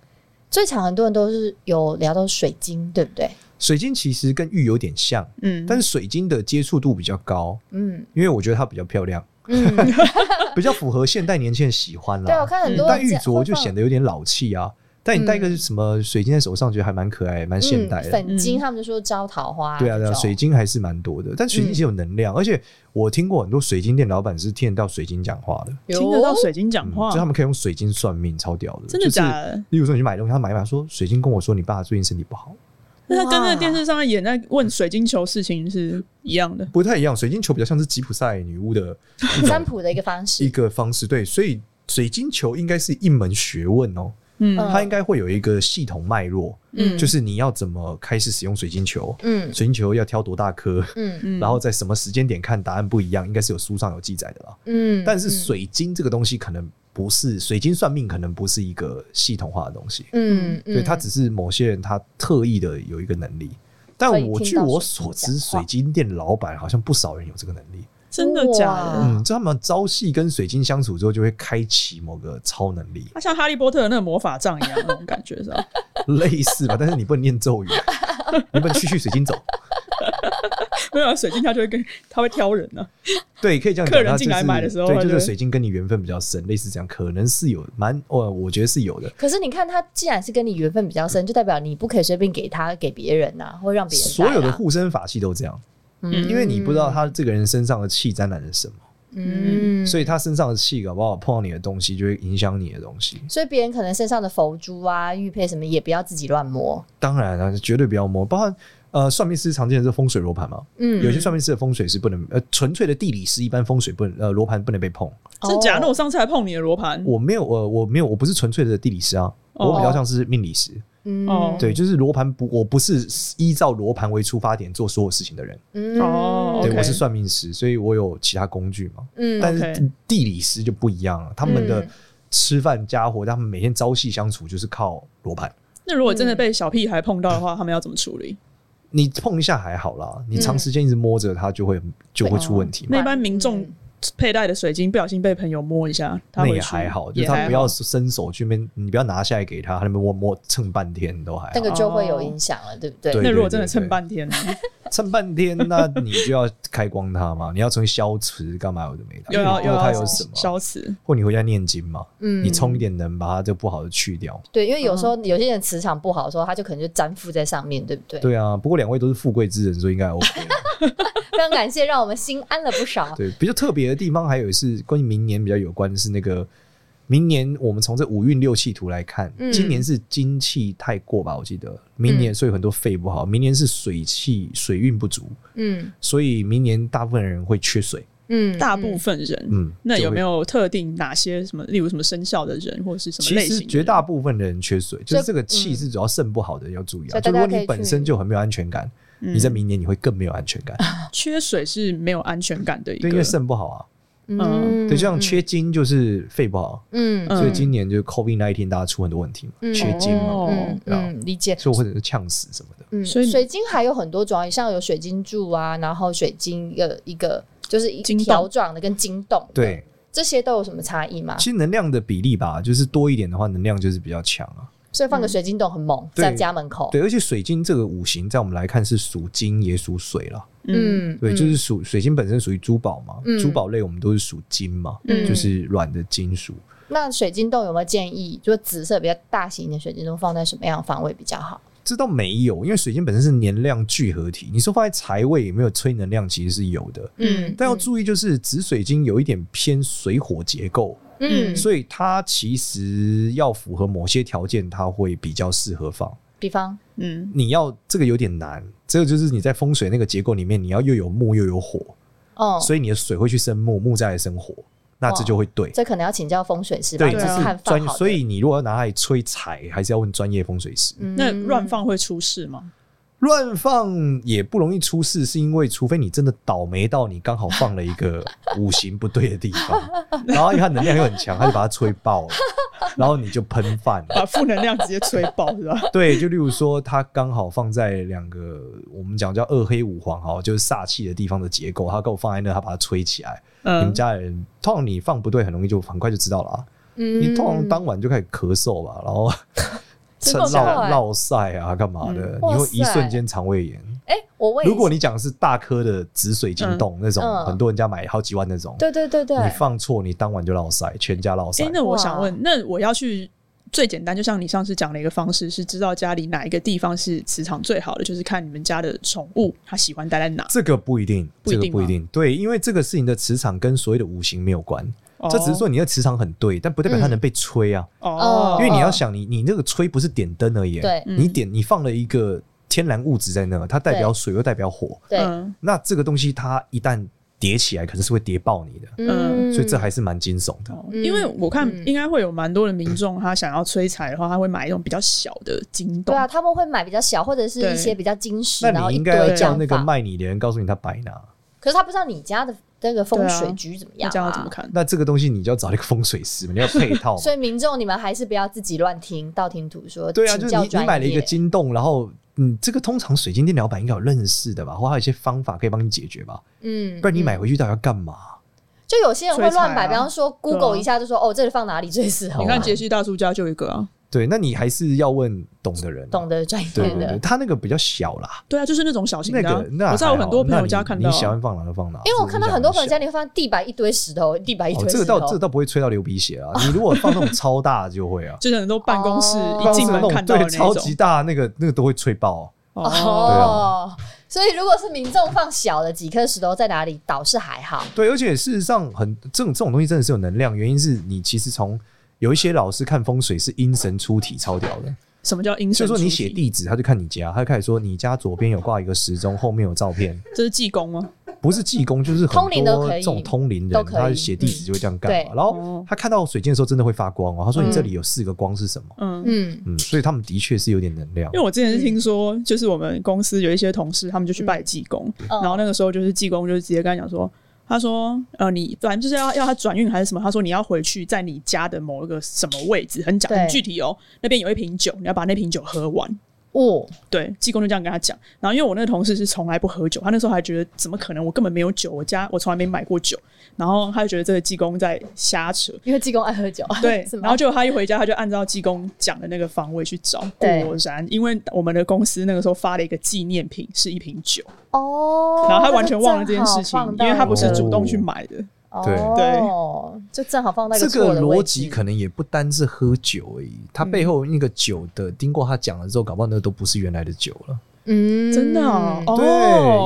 Speaker 4: 最常很多人都是有聊到水晶，对不对？
Speaker 5: 水晶其实跟玉有点像，
Speaker 1: 嗯，
Speaker 5: 但是水晶的接触度比较高，
Speaker 4: 嗯
Speaker 5: 因为我觉得它比较
Speaker 4: [laughs]
Speaker 5: 漂亮， [laughs]
Speaker 4: 嗯，
Speaker 5: 比较符合现代年轻人喜欢
Speaker 4: 对啊，我
Speaker 5: 啦。
Speaker 4: 看很多
Speaker 5: 嗯但
Speaker 4: 人
Speaker 5: 玉
Speaker 4: 家
Speaker 5: 镯就
Speaker 4: 会放
Speaker 5: 显得有点老气啊。但你戴个什么水晶在手上，觉得还蛮可爱，蛮现代
Speaker 4: 嗯、
Speaker 5: 的。
Speaker 4: 粉晶，他们就说招桃花，
Speaker 5: 对啊，对
Speaker 4: 这
Speaker 5: 啊，
Speaker 4: 种嗯
Speaker 5: 水晶还是蛮多的，但水晶其实有能量，而且我听过很多水晶店老板是听得到水晶讲话的，
Speaker 1: 听得到
Speaker 4: 哦
Speaker 1: 水晶讲
Speaker 5: 嗯
Speaker 1: 话
Speaker 5: 就，他们可以用水晶算命，超屌的。
Speaker 1: 真的
Speaker 5: 就是
Speaker 1: 假的？
Speaker 5: 例如说你去买东西，他买一买说水晶跟我说你爸最近身体不好，
Speaker 1: 那他跟那个电视上演在问水晶球事情是一样的。
Speaker 5: 不太一样。水晶球比较像是吉普赛女巫的
Speaker 4: 占卜的一个方
Speaker 5: 一
Speaker 4: 式。
Speaker 5: 个方式，对，所以水晶球应该是一门学问哦，
Speaker 1: 嗯，
Speaker 4: 嗯
Speaker 5: 它应该会有一个系统脉络，
Speaker 4: 嗯
Speaker 5: 就是你要怎么开始使用水晶球，
Speaker 4: 嗯
Speaker 5: 水晶球要挑多大颗，
Speaker 4: 嗯
Speaker 1: 嗯
Speaker 5: 然后在什么时间点看答案不一样，应该是有书上有记载的啦。
Speaker 4: 嗯，
Speaker 5: 但是水晶这个东西可能不是水晶算命，可能不是一个系统化的东西。
Speaker 4: 嗯，嗯，
Speaker 5: 对，它只是某些人他特意的有一个能力。但
Speaker 4: 可以
Speaker 5: 我
Speaker 4: 听
Speaker 5: 据
Speaker 4: 到
Speaker 5: 我
Speaker 4: 水晶
Speaker 5: 所
Speaker 4: 讲
Speaker 5: 知，水
Speaker 4: 话
Speaker 5: 晶店老板好像不少人有这个能力。
Speaker 1: 真的假
Speaker 4: 哇
Speaker 1: 的？
Speaker 5: 嗯，就他们朝夕跟水晶相处之后，就会开启某个超能力， [laughs]
Speaker 1: 他像哈利波特的那个魔法杖一样那种感觉是吧？
Speaker 5: 类似吧。但是你不能念咒语， [laughs] 你不能去去水晶走。
Speaker 1: 没有啊水晶，他就会跟他会挑人啊呢。
Speaker 5: 对，可以这样讲。
Speaker 1: 客人
Speaker 5: 它
Speaker 1: 进
Speaker 5: 就
Speaker 1: 来
Speaker 5: 是
Speaker 1: 买的时候
Speaker 5: 对，
Speaker 1: 他
Speaker 5: 就
Speaker 1: 就是会
Speaker 5: 水晶跟你缘分比较深，类似这样，可能是有蛮，我我觉得是有的。
Speaker 4: 可是你看，他既然是跟你缘分比较深，就代表你不可以随便给他给别人呐、或让别人、啊、
Speaker 5: 所有的护身法器都这样，
Speaker 1: 嗯
Speaker 5: 因为你不知道他这个人身上的气沾染了什么，
Speaker 4: 嗯，
Speaker 5: 所
Speaker 4: 以
Speaker 5: 以他身上的气搞不好碰到你的东西，就会影响你的东西。
Speaker 4: 所以别人可能身上的佛珠啊、玉佩什么也不要自己乱摸。
Speaker 5: 当然啊，绝对不要摸，包含呃，算命师常见的是风水罗盘嘛，
Speaker 4: 嗯，
Speaker 5: 有些算命师的风水是不能，呃，纯粹的地理师一般风水不能，呃，罗盘不能被碰。
Speaker 1: 真假？那
Speaker 4: 哦
Speaker 1: 我上次还碰你的罗盘，
Speaker 5: 我没有，呃，我没有，我不是纯粹的地理师啊，
Speaker 1: 哦
Speaker 5: 我比较像是命理师。
Speaker 4: 嗯
Speaker 1: 哦
Speaker 5: 对，就是罗盘不，我不是依照罗盘为出发点做所有事情的人。
Speaker 4: 嗯
Speaker 1: 哦
Speaker 5: 对
Speaker 1: OK
Speaker 5: 我是算命师，所以我有其他工具嘛。
Speaker 4: 嗯
Speaker 5: 但是
Speaker 1: OK
Speaker 5: 地理师就不一样了，他们的
Speaker 4: 嗯
Speaker 5: 吃饭家伙，他们每天朝夕相处就是靠罗盘。
Speaker 1: 那如果真的被小屁孩碰到的话，他们要怎么处理？
Speaker 5: 你碰一下还好啦，你长时间一直摸着它，就会就会出问题嘛。
Speaker 1: 那一般民众
Speaker 4: 嗯
Speaker 1: 佩戴的水晶不小心被朋友摸一下，他
Speaker 5: 那
Speaker 1: 回
Speaker 5: 也
Speaker 1: 去
Speaker 5: 还好，
Speaker 1: 也
Speaker 5: 就是他
Speaker 1: 还
Speaker 5: 不要
Speaker 1: 好
Speaker 5: 伸手去那边，你不要拿下来给他，他那边摸摸蹭半天都还
Speaker 4: 那
Speaker 5: 好，
Speaker 4: 个就会有影响了，对不对？
Speaker 5: 对
Speaker 1: 那如果真的蹭半天呢？
Speaker 5: 蹭半天，那你就要开光它嘛， [laughs] 你要重新消磁干嘛？有的没的，
Speaker 1: 又要
Speaker 5: 因
Speaker 1: 又
Speaker 5: 为它
Speaker 1: 要
Speaker 5: 有什么？
Speaker 1: 消磁？
Speaker 5: 或你回家念经嘛，
Speaker 4: 嗯
Speaker 5: 你充一点能把它这不好的去掉。
Speaker 4: 对，因为
Speaker 1: 嗯
Speaker 4: 有时候有些人磁场不好的时候，他就可能就粘附在上面，对不对？
Speaker 5: 对啊，不过两位都是富贵之人，所以应该 OK
Speaker 1: [laughs]
Speaker 5: 啦。
Speaker 4: 非常感谢，让我们心安了不少。
Speaker 5: 对，比较特别的地方还有是关于明年比较有关的是那个。明年我们从这五运六气图来看，
Speaker 4: 嗯
Speaker 5: 今年是金气太过吧？我记得明
Speaker 1: 嗯
Speaker 5: 年所以很多肺不好，明年是水气水运不足，
Speaker 4: 嗯
Speaker 5: 所以明年大部分人会缺水。
Speaker 4: 嗯，
Speaker 1: 大部分人，
Speaker 5: 嗯
Speaker 1: 那有没
Speaker 5: 有？
Speaker 1: 有特定哪些什么，例如什么生肖的人，或者是什么
Speaker 5: 其
Speaker 1: 类型的
Speaker 5: 实
Speaker 1: 人？
Speaker 5: 绝大部分的人缺水，就
Speaker 4: 所以
Speaker 5: 是这个气是主要肾不好的人要注意
Speaker 4: 所
Speaker 5: 啊。
Speaker 4: 以
Speaker 5: 就
Speaker 4: 大家
Speaker 5: 如
Speaker 4: 可
Speaker 5: 果
Speaker 4: 以
Speaker 5: 你本身就很没有安全感，
Speaker 1: 嗯
Speaker 5: 你在明年你会更没有安全感，
Speaker 1: 缺水是没有安全感的一
Speaker 5: 对，因为
Speaker 1: 个。
Speaker 5: 肾不好啊。
Speaker 1: 嗯
Speaker 5: 对，就像缺金就是肺不好，
Speaker 4: 嗯，嗯
Speaker 5: 所以今年就是 COVID 1 9大家出很多问题嘛，
Speaker 4: 嗯
Speaker 5: 缺金嘛，
Speaker 1: 哦
Speaker 4: 嗯
Speaker 5: 对啊
Speaker 4: 嗯，理解。
Speaker 5: 所以或者是呛死什么的。
Speaker 4: 嗯，
Speaker 1: 所以
Speaker 4: 水晶还有很多种啊，像有水晶柱啊，然后水晶一个一个就是一
Speaker 1: 晶洞
Speaker 4: 条状的跟晶洞，，
Speaker 5: 对，
Speaker 4: 这些都有什么差异吗？
Speaker 5: 其实能量的比例吧，就是多一点的话，能量就是比较强啊。
Speaker 4: 所以放个水晶洞很猛，
Speaker 5: 对
Speaker 4: 在家门口，
Speaker 5: 对，而且水晶这个五行，在我们来看是属金也属水了。
Speaker 4: 嗯，
Speaker 5: 对，
Speaker 4: 嗯
Speaker 5: 就是属水晶本身属于珠宝嘛，
Speaker 4: 嗯
Speaker 5: 珠宝类我们都是属金嘛，
Speaker 4: 嗯
Speaker 5: 就是软的金属。
Speaker 4: 那水晶洞有没有建议，就紫色比较大型的水晶洞放在什么样的方位比较好？
Speaker 5: 这倒没有，因为水晶本身是年量聚合体，你说放在财位有没有催能量，其实是有的。
Speaker 4: 嗯，
Speaker 5: 但要注意，就是紫水晶有一点偏水火结构，
Speaker 4: 嗯，
Speaker 5: 所以它其实要符合某些条件，它会比较适合放。
Speaker 4: 比方，
Speaker 1: 嗯，
Speaker 5: 你要这个有点难，这个就是你在风水那个结构里面，你要又有木又有火，
Speaker 4: 哦，
Speaker 5: 所以你的水会去生木，木再来生火，那这就会对。
Speaker 4: 这可能要请教风水师吧，
Speaker 5: 对，
Speaker 4: 就
Speaker 5: 这
Speaker 1: 对啊
Speaker 4: 是看
Speaker 5: 是
Speaker 4: 放
Speaker 5: 专，
Speaker 4: 好的
Speaker 5: 所以你如果要拿来催财，还是要问专业风水师。
Speaker 4: 嗯
Speaker 1: 那乱放会出事吗？
Speaker 5: 乱放也不容易出事，是因为除非你真的倒霉到你刚好放了一
Speaker 4: [laughs]
Speaker 5: 个五行不对的地方，然后因为它能量又很强，它就把它吹爆了，然后你就喷饭了。
Speaker 1: 把负能量直接吹爆是吧？
Speaker 5: 对，就例如说，它刚好放在两个我们讲叫二黑五黄哈，就是煞气的地方的结构，它给我放在那，它把它吹起来。你
Speaker 1: 嗯
Speaker 5: 们，家人通常你放不对，很容易就很快就知道了啊。
Speaker 4: 嗯
Speaker 5: 你通常当晚就开始咳嗽吧，
Speaker 4: [laughs]
Speaker 5: 然后趁
Speaker 4: 真的
Speaker 5: 落
Speaker 4: 欸
Speaker 5: 落晒啊，干嘛的？
Speaker 1: 嗯
Speaker 5: 你
Speaker 4: 哇
Speaker 5: 会一瞬
Speaker 4: 塞
Speaker 5: 间肠胃炎。
Speaker 4: 哎，我问一下，
Speaker 5: 如果你讲的是大颗的紫水晶洞那种，
Speaker 4: 嗯
Speaker 5: 很多人家买好几万那种，
Speaker 4: 对对对对，
Speaker 5: 你放错，你当晚就落塞，全家落塞
Speaker 1: 哎，。那我想
Speaker 4: 哇
Speaker 1: 问，那我要去最简单，就像你上次讲的一个方式，是知道家里哪一个地方是磁场最好的，就是看你们家的宠物它喜欢待在哪。
Speaker 5: 这个不一定，
Speaker 1: 不一
Speaker 5: 这
Speaker 1: 定
Speaker 5: 个不一
Speaker 1: 吗
Speaker 5: 定。对，因为这个事情的磁场跟所谓的无形没有关，
Speaker 4: 哦
Speaker 5: 这只是说你的磁场很对，但不代表它能被吹啊。
Speaker 1: 哦，
Speaker 4: 嗯
Speaker 5: 因为你要
Speaker 4: 哦
Speaker 5: 想你，你那个吹不是点灯而已，
Speaker 4: 对
Speaker 5: 你点你放了一个天然物质在那，它代表水又代表火，
Speaker 4: 对，
Speaker 1: 嗯
Speaker 5: 那这个东西它一旦叠起来，可能是会叠爆你的，
Speaker 1: 嗯
Speaker 5: 所以这还是蛮惊悚的。
Speaker 1: 哦
Speaker 4: 嗯
Speaker 1: 因为我看
Speaker 4: 嗯
Speaker 1: 应该会有蛮多的民众，他想要催财的话，他会买一种比较小的金
Speaker 4: 对
Speaker 1: 洞。
Speaker 4: 啊，他们会买比较小或者是
Speaker 1: 对
Speaker 4: 一些比较金石，然
Speaker 5: 那
Speaker 4: 后
Speaker 5: 你
Speaker 4: 一
Speaker 5: 应
Speaker 4: 堆
Speaker 5: 该要
Speaker 4: 这
Speaker 5: 叫
Speaker 4: 样
Speaker 5: 那个
Speaker 4: 放
Speaker 5: 卖你的人告诉你他白拿，
Speaker 4: 可是他不知道你家的那个风
Speaker 1: 对啊
Speaker 4: 水局怎么
Speaker 1: 那
Speaker 4: 样、
Speaker 1: 这样要怎么？
Speaker 4: 啊
Speaker 1: 看？
Speaker 5: 那这个东西你就要找一个风水师嘛， [laughs] 你要配套嘛。
Speaker 4: 所以民众，你们还是不要自己乱听道听途说。
Speaker 5: 对啊，
Speaker 4: 请
Speaker 5: 就是
Speaker 4: 教
Speaker 5: 你
Speaker 4: 专
Speaker 5: 你买了一个
Speaker 4: 业
Speaker 5: 金洞，然后嗯，这个通常水晶店老板应该有认识的吧，或他有一些方法可以帮你解决吧，
Speaker 4: 嗯
Speaker 5: 不然你买
Speaker 4: 嗯
Speaker 5: 回去到底要干嘛？
Speaker 4: 就有些人会乱
Speaker 1: 摧残
Speaker 4: 买，
Speaker 1: 啊
Speaker 4: 比方说 Google 一下就说哦，这里放哪里最适合？
Speaker 1: 你看杰西大叔家就有一个啊，
Speaker 5: 对，那你还是要问懂的人啊、
Speaker 4: 懂得专
Speaker 5: 对
Speaker 4: 业
Speaker 5: 对对，
Speaker 4: 的。
Speaker 5: 他那个比较小啦，
Speaker 1: 对啊，就是那种小型
Speaker 5: 那
Speaker 1: 的啊
Speaker 5: 个。那
Speaker 1: 我在
Speaker 5: 还
Speaker 1: 我
Speaker 5: 好
Speaker 1: 很多朋
Speaker 5: 那
Speaker 1: 友
Speaker 5: 你
Speaker 1: 家看
Speaker 5: 你
Speaker 1: 到啊，，
Speaker 5: 喜欢放哪就放哪。
Speaker 4: 因为我
Speaker 5: 这
Speaker 4: 看到
Speaker 5: 个影响
Speaker 4: 很多朋友
Speaker 5: 小
Speaker 4: 家里会放地板一堆石头，地板一
Speaker 5: 哦，
Speaker 4: 堆
Speaker 5: 这
Speaker 4: 石
Speaker 5: 个
Speaker 4: 头。
Speaker 5: 倒这个倒不会吹到流鼻血啊。你如果放那种超大的就会啊
Speaker 1: [laughs] 就是很多办公室
Speaker 4: 哦
Speaker 1: 一进
Speaker 5: 那
Speaker 1: 门
Speaker 5: 种
Speaker 1: 看到的
Speaker 5: 对
Speaker 1: 那种
Speaker 5: 超级大那个那个都会吹爆。啊
Speaker 1: 哦，
Speaker 4: 哦，所以如果是民众放小的几颗石头在哪里，倒是还好。
Speaker 5: 对，而且事实上很这种这种东西真的是有能量，原因是你其实从。有一些老师看风水是阴神出体，超屌的。
Speaker 1: 什么叫阴
Speaker 5: 所
Speaker 1: 神出
Speaker 5: 以说
Speaker 1: 体？
Speaker 5: 你写地址，他就看你家，他就开始说你家左边有挂一个时钟，后面有照片，
Speaker 1: 这是济公吗？
Speaker 5: 不是济公就是很
Speaker 4: 通灵都
Speaker 5: 多
Speaker 4: 可以
Speaker 5: 这种通灵
Speaker 4: 都
Speaker 5: 人，
Speaker 4: 可以
Speaker 5: 他写地址就会这样干嘛。
Speaker 4: 嗯对
Speaker 5: 然后
Speaker 1: 哦
Speaker 5: 他看到水晶的时候真的会发光哦，他说
Speaker 4: 嗯
Speaker 5: 你这里有四个光是什么？
Speaker 1: 嗯，
Speaker 4: 嗯，
Speaker 5: 嗯，所以他们的确是有点能量
Speaker 1: 因为。我之前是听说，就是我们公司有一些同事，他们就去拜济公，
Speaker 4: 嗯
Speaker 1: 然后那个时候就是济公就是直接跟他讲说。他说：“呃，你反正就是要要他转运还是什么？他说你要回去，在你家的某一个什么位置，很讲
Speaker 4: 对
Speaker 1: 很具体哦。那边有一瓶酒，你要把那瓶酒喝完。
Speaker 4: 哦，
Speaker 1: 对，济公就这样跟他讲。然后因为我那个同事是从来不喝酒，他那时候还觉得怎么可能？我根本没有酒，我家我从来没买过酒。然后他就觉得这个济公在瞎扯，
Speaker 4: 因为济公爱喝酒，啊
Speaker 1: 对
Speaker 4: [laughs] 是，吗
Speaker 1: 然后结果他一回家，他就按照济公讲的那个方位去找，
Speaker 4: 对
Speaker 1: 果然，因为我们的公司那个时候发了一个纪念品，是一瓶酒，
Speaker 4: 哦，
Speaker 1: 然后他完全忘了这件事情，因为他不是
Speaker 5: 主
Speaker 1: 主动去买的，
Speaker 4: 嗯
Speaker 5: 对
Speaker 4: 哦，就正好放到一
Speaker 5: 这
Speaker 4: 个错
Speaker 5: 个
Speaker 4: 的
Speaker 5: 逻
Speaker 4: 位
Speaker 5: 辑
Speaker 4: 置。
Speaker 5: 可能也不单是喝酒而已，它背后那个酒的，经过他讲了之后，搞不好那都不是原来的酒了。
Speaker 4: 嗯
Speaker 1: 真的哦，哦
Speaker 5: 对，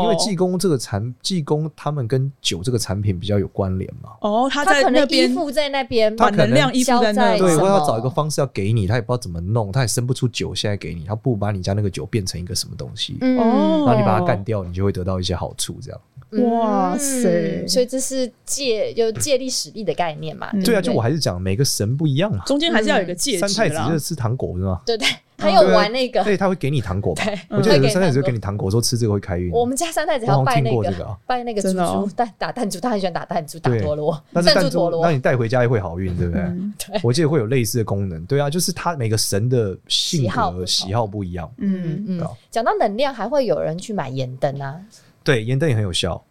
Speaker 5: 因为济公这个产，济公他们跟酒这个产品比较有关联嘛。
Speaker 1: 哦，他
Speaker 4: 他
Speaker 1: 在
Speaker 4: 可
Speaker 1: 那
Speaker 4: 能依
Speaker 1: 边
Speaker 4: 附在那边，
Speaker 1: 把
Speaker 5: 他可能
Speaker 1: 能量依附在那
Speaker 4: 消
Speaker 1: 里哦
Speaker 4: 在，
Speaker 5: 对，
Speaker 4: 什
Speaker 5: 我
Speaker 4: 么
Speaker 5: 要找一个方式要给你，他也不知道怎么弄，他也生不出酒，现在给你，他不如把你家那个酒变成一个什么东西，
Speaker 4: 嗯
Speaker 1: 哦
Speaker 5: 然后你把它干掉，你就会得到一些好处。这样，
Speaker 1: 哇塞
Speaker 4: 嗯所以这是借就借力使力的概念嘛？
Speaker 1: 嗯
Speaker 5: 对啊，
Speaker 4: 不
Speaker 5: 就我还是讲每个神不一样啊，
Speaker 1: 中间还是要
Speaker 4: 嗯
Speaker 1: 有一个戒
Speaker 5: 三太
Speaker 1: 指
Speaker 5: 子
Speaker 1: 啦
Speaker 5: 就是，吃糖果是吗？
Speaker 4: 对对，
Speaker 1: 嗯
Speaker 4: 他有玩那个， [laughs]
Speaker 5: 对，他会给你糖果吧？
Speaker 4: 对，嗯
Speaker 5: 我记得
Speaker 4: 会
Speaker 5: 有个
Speaker 4: 给
Speaker 5: 三太
Speaker 4: 糖
Speaker 5: 子就
Speaker 4: 果
Speaker 5: 给你糖果，说吃这个会开运。
Speaker 4: 我们家三太子还要
Speaker 5: 我好
Speaker 4: 拜
Speaker 5: 像
Speaker 4: 那
Speaker 5: 听过这
Speaker 4: 个
Speaker 5: 个啊，
Speaker 4: 拜那个猪
Speaker 1: 真的哦
Speaker 4: 猪蛋打弹珠，他很喜欢打弹珠，打
Speaker 5: 对
Speaker 4: 陀螺，
Speaker 5: 但是
Speaker 4: 弹
Speaker 5: 弹
Speaker 4: 珠陀
Speaker 5: 珠，
Speaker 4: 螺
Speaker 5: 那。你带回家也会好运，对不对？
Speaker 1: 嗯
Speaker 5: [laughs] 我记得会有类似的功能，对啊，就是他每个神的性
Speaker 4: 喜好不
Speaker 5: 格
Speaker 4: 同
Speaker 5: 喜好不一样，
Speaker 1: 嗯，
Speaker 4: 嗯
Speaker 5: 对啊
Speaker 4: 嗯，讲到能量，还会有人去买盐灯啊，
Speaker 5: 对，盐灯也很有效，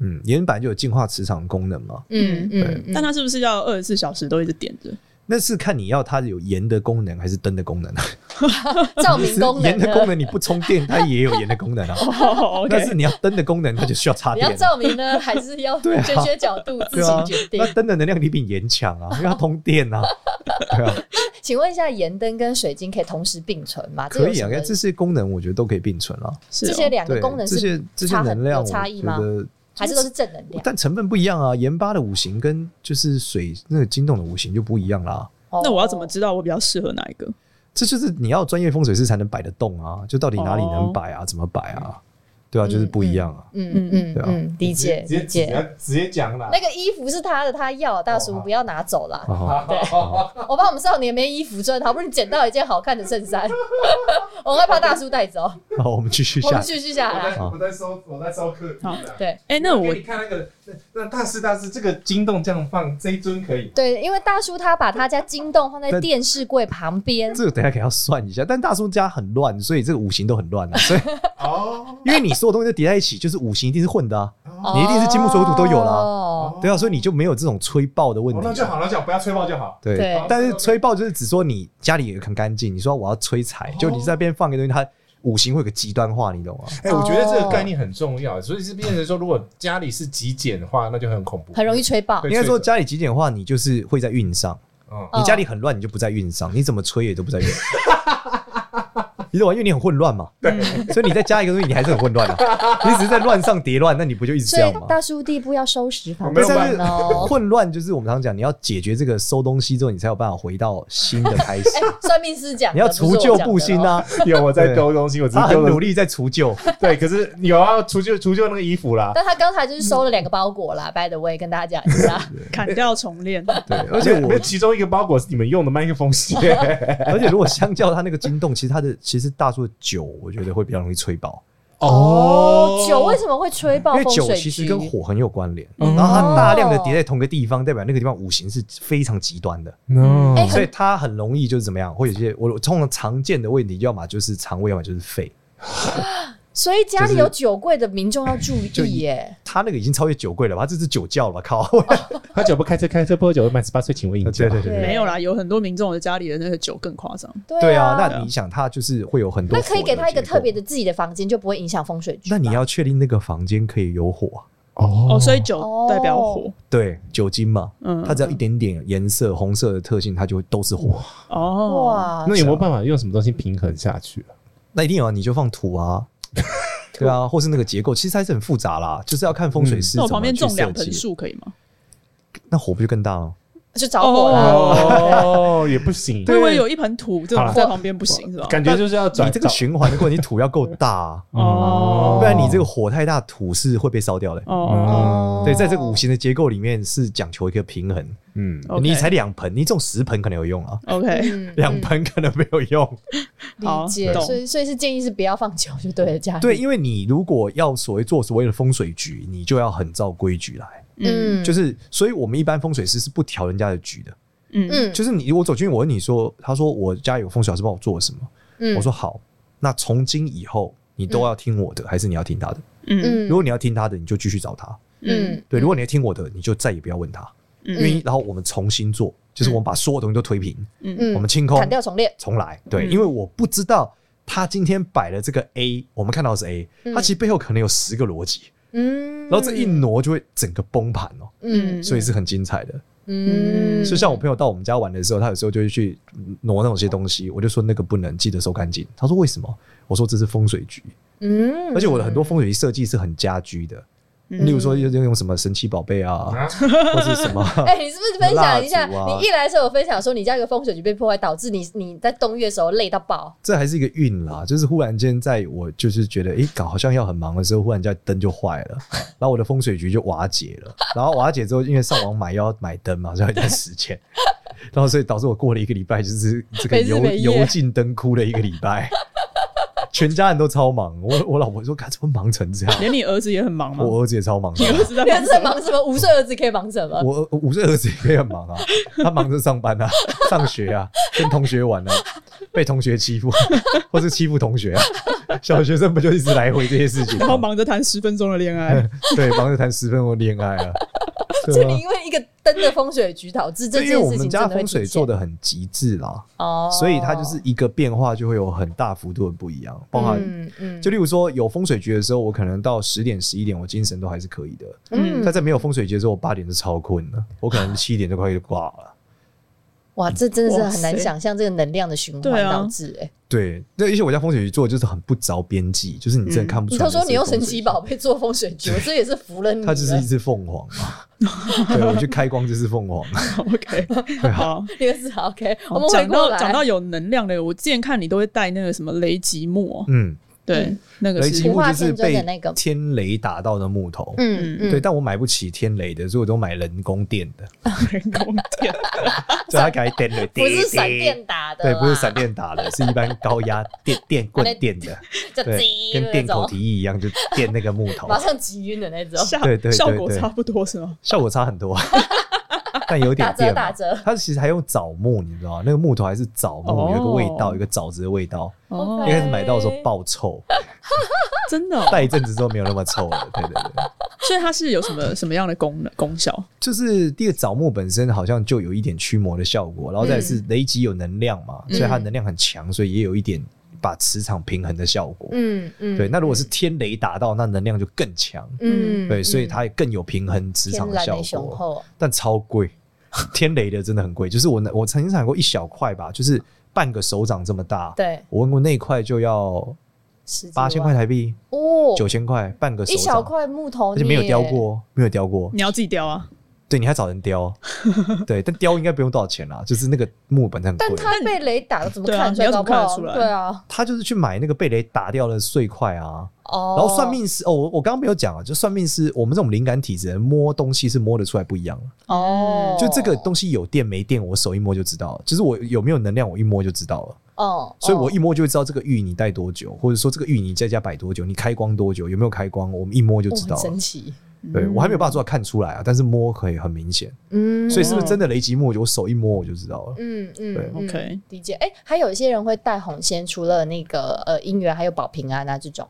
Speaker 5: 嗯，盐本来就有净化磁场的功能嘛，
Speaker 4: 嗯嗯，嗯
Speaker 1: 但他是不是要二十四小时都一直点着？
Speaker 5: 那是看你要它有盐的功能还是灯的功能啊，
Speaker 4: [laughs] 照明功
Speaker 5: 盐
Speaker 4: 能啊
Speaker 5: 的功
Speaker 4: 呢？
Speaker 5: 能你不充电，它也有盐的功
Speaker 4: [laughs]
Speaker 5: 能啊，
Speaker 1: [laughs] 哦
Speaker 5: 但是
Speaker 1: ，OK，
Speaker 5: 你要灯的功能，它就需要插
Speaker 4: 你要
Speaker 5: 电啊。
Speaker 4: 照明呢，还是要
Speaker 5: [laughs] 对啊
Speaker 4: 玄学角度自
Speaker 5: 对啊
Speaker 4: 行决，定
Speaker 5: 那？灯的能量力比盐强啊，因为它通电啊，对啊，
Speaker 4: 请问一下，盐灯跟水晶可以同时并存吗？ [laughs] 这
Speaker 5: 可
Speaker 4: 有
Speaker 5: 以
Speaker 4: 什
Speaker 5: 啊
Speaker 4: 么，
Speaker 5: 这些功能我觉得都可以并存了。
Speaker 1: 是
Speaker 4: 这
Speaker 1: 哦
Speaker 4: 些两个
Speaker 5: 对
Speaker 4: 功能
Speaker 5: 这
Speaker 4: 是
Speaker 5: 些这些
Speaker 4: 差很
Speaker 5: 能量，
Speaker 4: 有差异吗
Speaker 5: 我觉得
Speaker 4: 还是都是正能量？
Speaker 5: 但成分不一样啊，盐巴的五行跟就是水那个金洞的五行就不一样啦。
Speaker 1: 那我要怎么
Speaker 4: 哦
Speaker 1: 知道我比较适合哪一个？
Speaker 5: 这就是你要专业风水师才能摆得动啊，就到底哪里能摆啊，怎么摆啊，对啊，就是不一样啊。
Speaker 4: 嗯嗯
Speaker 5: 对啊
Speaker 4: 嗯，理解
Speaker 6: 直接
Speaker 4: 理
Speaker 6: 直
Speaker 4: 解。
Speaker 6: 接直接讲啦
Speaker 4: 那。个衣服是他的，他要大
Speaker 6: 哦
Speaker 4: 叔
Speaker 6: 好
Speaker 4: 不要拿走啦。
Speaker 5: 哦，
Speaker 6: [laughs]
Speaker 4: 我怕我们少年没衣服穿，好不容易捡到一件好看的衬
Speaker 5: [laughs]
Speaker 4: 衫，我害怕大叔带走。
Speaker 5: 好，我们继续
Speaker 4: 我
Speaker 5: 下
Speaker 4: 们。继续下
Speaker 6: 我
Speaker 4: 来，
Speaker 6: 在我在收我在收课题
Speaker 1: 好
Speaker 6: 啦。
Speaker 4: 对
Speaker 1: 哎，那
Speaker 6: 给
Speaker 1: 我
Speaker 6: 你看那个那那大师大师这个金洞这样放这一尊可以吗？
Speaker 4: 对，因为大叔他把他家金洞放在
Speaker 5: 但
Speaker 4: 电视柜旁边，
Speaker 5: 这个等一下给他算一下，但大叔家很乱，所以这个五行都很乱啊。所以
Speaker 6: 哦
Speaker 5: 因为你所有东西都叠在一起，就是五行一定是混的啊，
Speaker 6: 哦
Speaker 5: 你一定是金木水火土都有啦。
Speaker 4: 啦。
Speaker 5: 对啊，所以你就没有这种吹爆的问
Speaker 6: 哦
Speaker 5: 题
Speaker 6: 那就
Speaker 5: 啊。
Speaker 6: 好，那就好，不要吹爆就好。
Speaker 5: 对
Speaker 4: 对，
Speaker 5: 但是吹爆就是只说你家里也很干净，你说我要吹财，就你在那边放个东西，它五行会有个极端化，你懂吗？
Speaker 6: 哎、我觉得这个概念很重要，所以是变成说，如果家里是极简的话，那就很恐怖，
Speaker 4: 很容易吹爆
Speaker 6: 对。
Speaker 5: 应该说
Speaker 6: 脆的
Speaker 5: 家里极简化，你就是会在运上，
Speaker 6: 嗯
Speaker 4: 哦
Speaker 5: 你家里很乱，你就不在运上，你怎么吹也都不在运。 [laughs] 你懂吗？因为你很混乱嘛，对，所以你再加一个东西，你还是很混 [laughs] 乱的、啊你只是在乱上叠乱，那你不就一直
Speaker 4: 所
Speaker 5: 这样
Speaker 4: 以
Speaker 5: 吗？
Speaker 4: 大叔地步要收拾房
Speaker 6: 没有
Speaker 4: 间
Speaker 6: 办
Speaker 4: 哦。
Speaker 5: 混乱就是我们常讲，你要解决这个收东西之后，你才有办法回到新的开
Speaker 4: [laughs]
Speaker 5: 始。
Speaker 4: 哎算命师讲的，
Speaker 5: 你要除旧
Speaker 4: 不
Speaker 5: 布
Speaker 4: 是我
Speaker 5: 新
Speaker 4: 讲的哦。
Speaker 5: [laughs] 啊！
Speaker 6: 有我在丢东西，我只
Speaker 5: 他
Speaker 6: 是
Speaker 5: 很
Speaker 6: 丢了
Speaker 5: 努力在除旧，
Speaker 6: 对，可是有啊，除旧除旧那个衣服啦，
Speaker 4: 哦但他刚才就是收了两个包裹
Speaker 5: 嗯
Speaker 4: 啦，by the way，跟大家讲一
Speaker 5: [laughs]
Speaker 4: 下。
Speaker 1: 砍掉重练，
Speaker 5: 对，而且我
Speaker 6: 没有其中一个包裹是你们用的麦克风线， [laughs]
Speaker 5: 而且如果相较他那个金洞，其实他的其实大树的酒，我觉得会比较容易吹爆，
Speaker 4: 哦酒
Speaker 6: 哦
Speaker 4: 为什么会吹爆
Speaker 5: 哦因为
Speaker 4: 风
Speaker 5: 酒
Speaker 4: 水
Speaker 5: 其实
Speaker 4: 局？
Speaker 5: 跟火很有关联，
Speaker 6: 嗯
Speaker 5: 然后它大量的叠在同个地方，代表那个地方五行是非常极端的，
Speaker 6: no，
Speaker 4: 哎
Speaker 5: 所以它很容易就是怎么样，会有一些我通常常见的问题，要么就是肠胃，要么就是肺。
Speaker 4: 所以家里
Speaker 5: 就是
Speaker 4: 有酒柜的民众要注
Speaker 5: 就
Speaker 4: 意耶。
Speaker 5: 他那个已经超越酒柜了吧？他这是酒窖了吧？ [laughs] 靠！
Speaker 6: 喝酒不开车，开车不喝酒，满十八岁请勿饮酒。
Speaker 5: 对对对
Speaker 4: 对
Speaker 1: 没有啦，有很多民众的家里的那个酒更夸张，
Speaker 5: 对啊，
Speaker 4: 啊，
Speaker 5: 那你想，他就是会有很多
Speaker 4: 那
Speaker 5: 火的结构。
Speaker 4: 可以给他一个特别的自己的房间，就不会影响风水局吧。
Speaker 5: 那你要确定那个房间可以有火啊，
Speaker 6: 哦
Speaker 1: 哦，所以酒代表火，
Speaker 5: 对，酒精嘛，
Speaker 1: 嗯，
Speaker 5: 它只要一点点颜色，红色的特性，它就会都是火。
Speaker 1: 哦，
Speaker 4: 哇，
Speaker 6: 那有没有办法用什么东西平衡下去啊？
Speaker 5: 那一定有啊，你就放
Speaker 1: [laughs]
Speaker 5: 土啊，对啊，或是那个结构，其实还是很复杂啦，就是要看风水师
Speaker 1: 嗯那我
Speaker 5: 怎
Speaker 1: 旁
Speaker 5: 么去
Speaker 1: 边种两
Speaker 5: 设
Speaker 1: 盆
Speaker 5: 计，
Speaker 1: 树可以吗？
Speaker 5: 那火不就更大了？
Speaker 4: 就着火啦。 [laughs]
Speaker 6: [laughs] 哦，也不行，
Speaker 1: 我以为有一盆土，这
Speaker 6: 好
Speaker 1: 种
Speaker 6: 啦
Speaker 1: 在旁边不行是吧？
Speaker 6: 感觉就是要
Speaker 5: 你
Speaker 6: 转
Speaker 5: 这个循环的过程，你土要够大
Speaker 1: [laughs]
Speaker 5: 啊，
Speaker 1: 哦
Speaker 5: 不然你这个火太大，土是会被烧掉的。
Speaker 1: 哦，
Speaker 6: 哦，
Speaker 5: 对，在这个五行的结构里面是讲求一个平衡。
Speaker 6: 嗯，
Speaker 1: OK
Speaker 5: 你才两盆，你种十盆可能有用啊，
Speaker 1: OK，
Speaker 4: 嗯
Speaker 5: [laughs] 两盆可能没有用。
Speaker 1: 好
Speaker 4: 理解，
Speaker 1: 懂
Speaker 4: 所以所以是建议是不要放酒就对了，家里
Speaker 5: 对，，因为你如果要所谓做所谓的风水局，你就要很照规矩来。
Speaker 1: 嗯
Speaker 4: 嗯，
Speaker 5: 就是，所以我们一般风水师是不调人家的局的。
Speaker 1: 嗯
Speaker 4: 嗯，
Speaker 5: 就是你我走进去，我问你说，他说我家有风水老师帮我做了什么，
Speaker 4: 嗯
Speaker 5: 我说好，那从今以后你都要听我的，还是你要听他的？
Speaker 1: 嗯
Speaker 5: 如果你要听他的，你就继续找他。
Speaker 1: 嗯
Speaker 5: 对，如果你要听我的，你就再也不要问他，
Speaker 4: 嗯
Speaker 5: 因为然后我们重新做，就是我们把所有东西都推平，
Speaker 1: 嗯
Speaker 5: 我们清空
Speaker 4: 砍，掉重练，
Speaker 5: 重来。对，
Speaker 1: 嗯
Speaker 5: 因为我不知道他今天摆了这个 A，我们看到的是 A，
Speaker 4: 嗯
Speaker 5: 他其实背后可能有十个逻辑，
Speaker 4: 嗯，
Speaker 5: 然后这一挪就会整个崩盘哦，
Speaker 4: 嗯，
Speaker 5: 所以是很精彩的。
Speaker 4: 嗯，
Speaker 5: 就像我朋友到我们家玩的时候，他有时候就会去挪那种些东西，我就说那个不能，记得收干净。他说为什么？我说这是风水局，
Speaker 4: 嗯，
Speaker 5: 而且我的很多风水设计是很家居的，例如说用用什么神奇宝贝
Speaker 4: [laughs]
Speaker 5: 啊，或是什么。
Speaker 4: 哎、你是不是分享一下？
Speaker 5: 蜡烛啊
Speaker 4: 你一来的时候有分享说你家有个风水局被破坏，导致你你在冬月的时候累到爆。 [laughs]
Speaker 5: 这还是一个运啦，就是忽然间在我就是觉得，诶，搞好像要很忙的时候，忽然间灯就坏
Speaker 1: [laughs]
Speaker 5: 了，然后我的风水局就瓦解了，然后瓦解之后，因为上网买要 [laughs] 买灯嘛，所以要一段时间，然后所以导致我过了一个礼拜，就是这个
Speaker 4: 没日
Speaker 5: 油
Speaker 4: 没夜
Speaker 5: 油尽灯枯的一个礼
Speaker 1: [laughs]
Speaker 5: 拜，全家人都超忙，我我老婆说，看怎么忙成这样，
Speaker 1: 连你儿子也很忙吗？ [laughs]
Speaker 5: 我儿子也超忙的
Speaker 1: 你。儿子在
Speaker 4: 你儿
Speaker 1: [laughs] 忙
Speaker 4: 子在忙什么？五岁儿子可以忙什么？
Speaker 5: [laughs] 我我五岁儿子也可以很忙啊，他忙着上班啊、上学啊、跟同学玩啊、被同学欺负， [laughs] 或是欺负同学啊。小学生不就一直来回这些事情吗？
Speaker 1: 然后忙着谈十分钟的恋爱，
Speaker 5: 对，忙着谈十分钟恋爱啊，
Speaker 4: 所
Speaker 5: 对
Speaker 4: 以
Speaker 5: 啊
Speaker 4: 你。因为一个灯的风水局导致这
Speaker 5: 这因
Speaker 4: 件
Speaker 5: 为我
Speaker 4: 事
Speaker 5: 们
Speaker 4: 情
Speaker 5: 家
Speaker 4: 真的会
Speaker 5: 风水
Speaker 4: 出现
Speaker 5: 做的很极致啦，
Speaker 4: 哦，
Speaker 5: 所以它就是一个变化就会有很大幅度的不一样，包含
Speaker 4: 嗯嗯
Speaker 5: 就例如说有风水局的时候，我可能到十点十一点我精神都还是可以的，
Speaker 4: 嗯
Speaker 5: 但在没有风水局的时候，我八点就超困了，我可能七点就快就挂了。
Speaker 4: 哇，这真的是很
Speaker 1: 哇
Speaker 4: 难
Speaker 1: 塞
Speaker 4: 想象这个能量的循
Speaker 1: 对
Speaker 4: 环
Speaker 1: 啊
Speaker 4: 导致哎、
Speaker 5: 对，那而且我家风水局做的就是很不着边际，就是你真的看
Speaker 4: 嗯
Speaker 5: 不
Speaker 4: 你
Speaker 5: 出来。
Speaker 4: 都说你用神奇，宝贝嗯做风水局，我这也是服了你了。[laughs]
Speaker 5: 它就是一只凤凰嘛。对，我去开光就是凤凰。
Speaker 1: OK，好。
Speaker 4: 一个是 OK。
Speaker 1: 好
Speaker 4: 我们回
Speaker 1: 哦讲
Speaker 4: 过
Speaker 1: 到
Speaker 4: 来，
Speaker 1: 讲到有能量的，我之前看你都会带那个什么雷吉木，
Speaker 5: 嗯，
Speaker 1: 对，那个
Speaker 5: 雷
Speaker 1: 是
Speaker 5: 击
Speaker 4: 吉
Speaker 5: 木
Speaker 4: 图画
Speaker 5: 就是
Speaker 4: 片中的
Speaker 5: 被
Speaker 4: 那个
Speaker 5: 天雷打到的木头。
Speaker 4: 嗯嗯，
Speaker 5: 对，但我买不起天雷的，所以我都买人工电
Speaker 4: [laughs]
Speaker 5: 的，
Speaker 1: 人工电，
Speaker 5: 所以它改电雷。
Speaker 4: 不是闪电打的
Speaker 5: 对，
Speaker 4: 啦，
Speaker 5: 不是闪电打的，是一般高压电电
Speaker 4: [laughs]
Speaker 5: 棍电的，
Speaker 4: 就
Speaker 5: 对，
Speaker 4: 叽
Speaker 5: 跟电
Speaker 4: 那
Speaker 5: 口
Speaker 4: 种
Speaker 5: 蹄疫一样，就电那个木
Speaker 4: [laughs]
Speaker 5: 头，
Speaker 4: 马上急晕的那种。
Speaker 1: 效
Speaker 5: 对对对
Speaker 1: 效果
Speaker 5: 对
Speaker 1: 差不多是吗？
Speaker 5: 效果差很
Speaker 4: [laughs]
Speaker 5: 多，但有点
Speaker 4: 打折
Speaker 5: 电嘛
Speaker 4: 打折
Speaker 5: 它其实还用枣木，你知道吗？那个木头还是枣木，
Speaker 1: 哦
Speaker 5: 有一个味道，有一个枣子的味道。
Speaker 1: 哦
Speaker 5: 一
Speaker 4: 对
Speaker 5: 开始买到的时候爆臭，
Speaker 1: 真的哦，
Speaker 5: 戴一阵子之后没有那么臭了。对对对，
Speaker 1: 所以它是有什么什么样的功能功效？
Speaker 5: 就是第一个枣木本身好像就有一点驱魔的效果，然后再来
Speaker 4: 嗯
Speaker 5: 是雷击有能量嘛，所以它能量很强，所以也有一点把磁场平衡的效果。
Speaker 4: 嗯嗯，
Speaker 5: 对，那如果是天雷打到，那能量就更强。
Speaker 4: 嗯
Speaker 5: 对，所以它也更有平衡磁
Speaker 4: 天
Speaker 5: 场的
Speaker 4: 然
Speaker 5: 效
Speaker 4: 的雄
Speaker 5: 果，
Speaker 4: 厚，
Speaker 5: 但超贵。 [laughs] 天雷的真的很贵，就是我那我曾经产过一小块吧，就是半个手掌这么大。
Speaker 4: 对，
Speaker 5: 我问过那一块就要
Speaker 4: 十几
Speaker 5: 八千块
Speaker 4: 万
Speaker 5: 台币，
Speaker 4: 哦，
Speaker 5: 九千块半个手
Speaker 4: 一
Speaker 5: 掌，
Speaker 4: 小块木头，
Speaker 5: 而且没有雕，过，没有雕过。
Speaker 1: 你要自己雕啊，
Speaker 5: 对，你还找
Speaker 4: [laughs]
Speaker 5: 人雕，对，但雕应该不用多少钱啦，就是那个木本身很
Speaker 4: 但
Speaker 5: 贵。
Speaker 4: 他被雷打了，怎么
Speaker 1: 对啊
Speaker 4: 看得出来？
Speaker 1: 你要怎
Speaker 4: 搞
Speaker 1: 么
Speaker 4: 不好
Speaker 1: 看得出来
Speaker 4: 对啊，
Speaker 5: 他就是去买那个被雷打掉的碎块啊，
Speaker 4: 哦，
Speaker 5: 然后算命师哦，我我刚刚没有讲啊，就算命师，我们这种灵感体质人摸东西是摸得出来不一样的
Speaker 4: 哦，
Speaker 5: 就这个东西有电没电，我手一摸就知道了，就是我有没有能量，我一摸就知道了。
Speaker 4: 哦，
Speaker 5: 所以我
Speaker 4: 哦
Speaker 5: 一摸就会知道这个玉你戴多久，或者说这个玉你在家摆多久，你开光多久，有没有开光，我们一摸就知
Speaker 4: 哦
Speaker 5: 道
Speaker 4: 很
Speaker 5: 了
Speaker 4: 神。嗯奇，
Speaker 5: 嗯对我
Speaker 1: 嗯
Speaker 5: 还没有办法做到看出来啊，但是摸可以很明显。
Speaker 4: 嗯
Speaker 5: 所以是不是真的雷击木，我手一摸我就知道了。
Speaker 4: 嗯
Speaker 5: 对
Speaker 4: 嗯嗯
Speaker 1: OK
Speaker 4: 理解。哎、还有一些人会带红线，除了那个呃姻缘，还有保平安啊这种。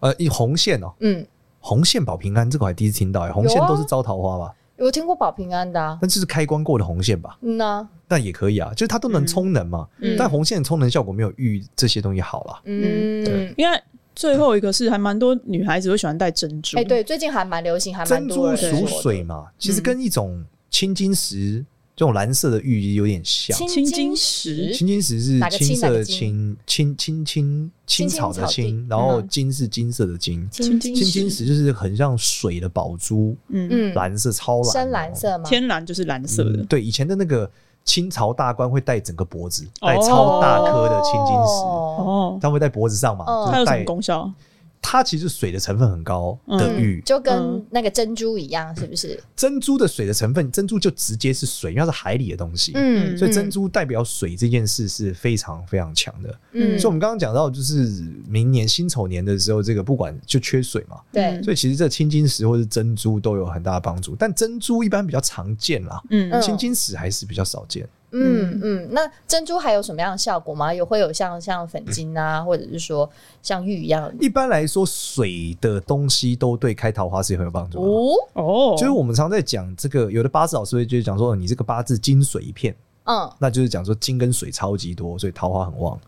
Speaker 5: 呃，一红线哦，
Speaker 4: 嗯，
Speaker 5: 红线保平安，这个我还第一次听到、欸。红线
Speaker 4: 有啊
Speaker 5: 都是招桃花吧？
Speaker 4: 有听过保平安的、啊，
Speaker 5: 但就是开光过的红线吧？
Speaker 4: 嗯呐、
Speaker 5: 但也可以啊，就是它都能充能嘛。
Speaker 4: 嗯
Speaker 5: 但红线的充能效果没有玉这些东西好啦。
Speaker 4: 嗯，哎、
Speaker 1: 因为最后一个是还蛮多女孩子会喜欢戴珍珠，，
Speaker 4: 哎对，最近还蛮流行，还蛮
Speaker 5: 珍
Speaker 4: 多
Speaker 5: 珠
Speaker 4: 人
Speaker 5: 属
Speaker 4: 说的
Speaker 5: 水嘛，其实跟一种青金石这种蓝色的玉有点像。
Speaker 1: 青
Speaker 4: 金
Speaker 1: 金石
Speaker 5: 青金石是
Speaker 4: 哪个青
Speaker 5: 青色
Speaker 4: 哪
Speaker 5: 的
Speaker 4: 个
Speaker 5: 青，青青青青草的
Speaker 4: 青青草地
Speaker 5: 青，然后
Speaker 1: 嗯
Speaker 5: 金是金色的金。
Speaker 4: 青
Speaker 1: 金
Speaker 5: 青金石就是很像水的宝珠，
Speaker 1: 嗯，
Speaker 4: 嗯，
Speaker 5: 蓝色超蓝哦，
Speaker 4: 深蓝色吗？
Speaker 1: 天然就是蓝色的
Speaker 5: 嗯。，对，以前的那个清朝大官会戴整个脖子，
Speaker 1: 哦
Speaker 5: 戴超大颗的青金石，
Speaker 4: 哦，
Speaker 1: 哦，
Speaker 5: 他会戴脖子上嘛，
Speaker 4: 嗯
Speaker 1: 它
Speaker 5: 就是
Speaker 1: 有什么
Speaker 5: 戴。
Speaker 1: 功效？
Speaker 5: 它其实水的成分很高的
Speaker 1: 嗯
Speaker 5: 玉，
Speaker 4: 就跟
Speaker 1: 嗯
Speaker 4: 那个珍珠一样，是不是？
Speaker 5: 珍珠的水的成分，珍珠就直接是水，因为它是海里的东西，
Speaker 4: 嗯，
Speaker 5: 所以珍珠代表水这件事是非常非常强的。
Speaker 4: 嗯，
Speaker 5: 所以我们刚刚讲到，就是明年辛丑年的时候，这个不管就缺水嘛，
Speaker 4: 对，
Speaker 5: 所以其实这青金石或是珍珠都有很大的帮助，但珍珠一般比较常见啦，
Speaker 1: 嗯
Speaker 4: 嗯
Speaker 5: 青金石还是比较少见。
Speaker 4: 嗯嗯，那珍珠还有什么样的效果吗？有会有像像粉晶啊，或者是说像玉一样的
Speaker 5: 一般来说，水的东西都对开桃花是很有帮助的。
Speaker 4: 哦，
Speaker 1: 哦，
Speaker 5: 就是我们常在讲这个，有的八字老师会就是讲说，哦你这个八字金水一片，
Speaker 4: 嗯，
Speaker 5: 那就是讲说金跟水超级多，所以桃花很旺。
Speaker 4: 哇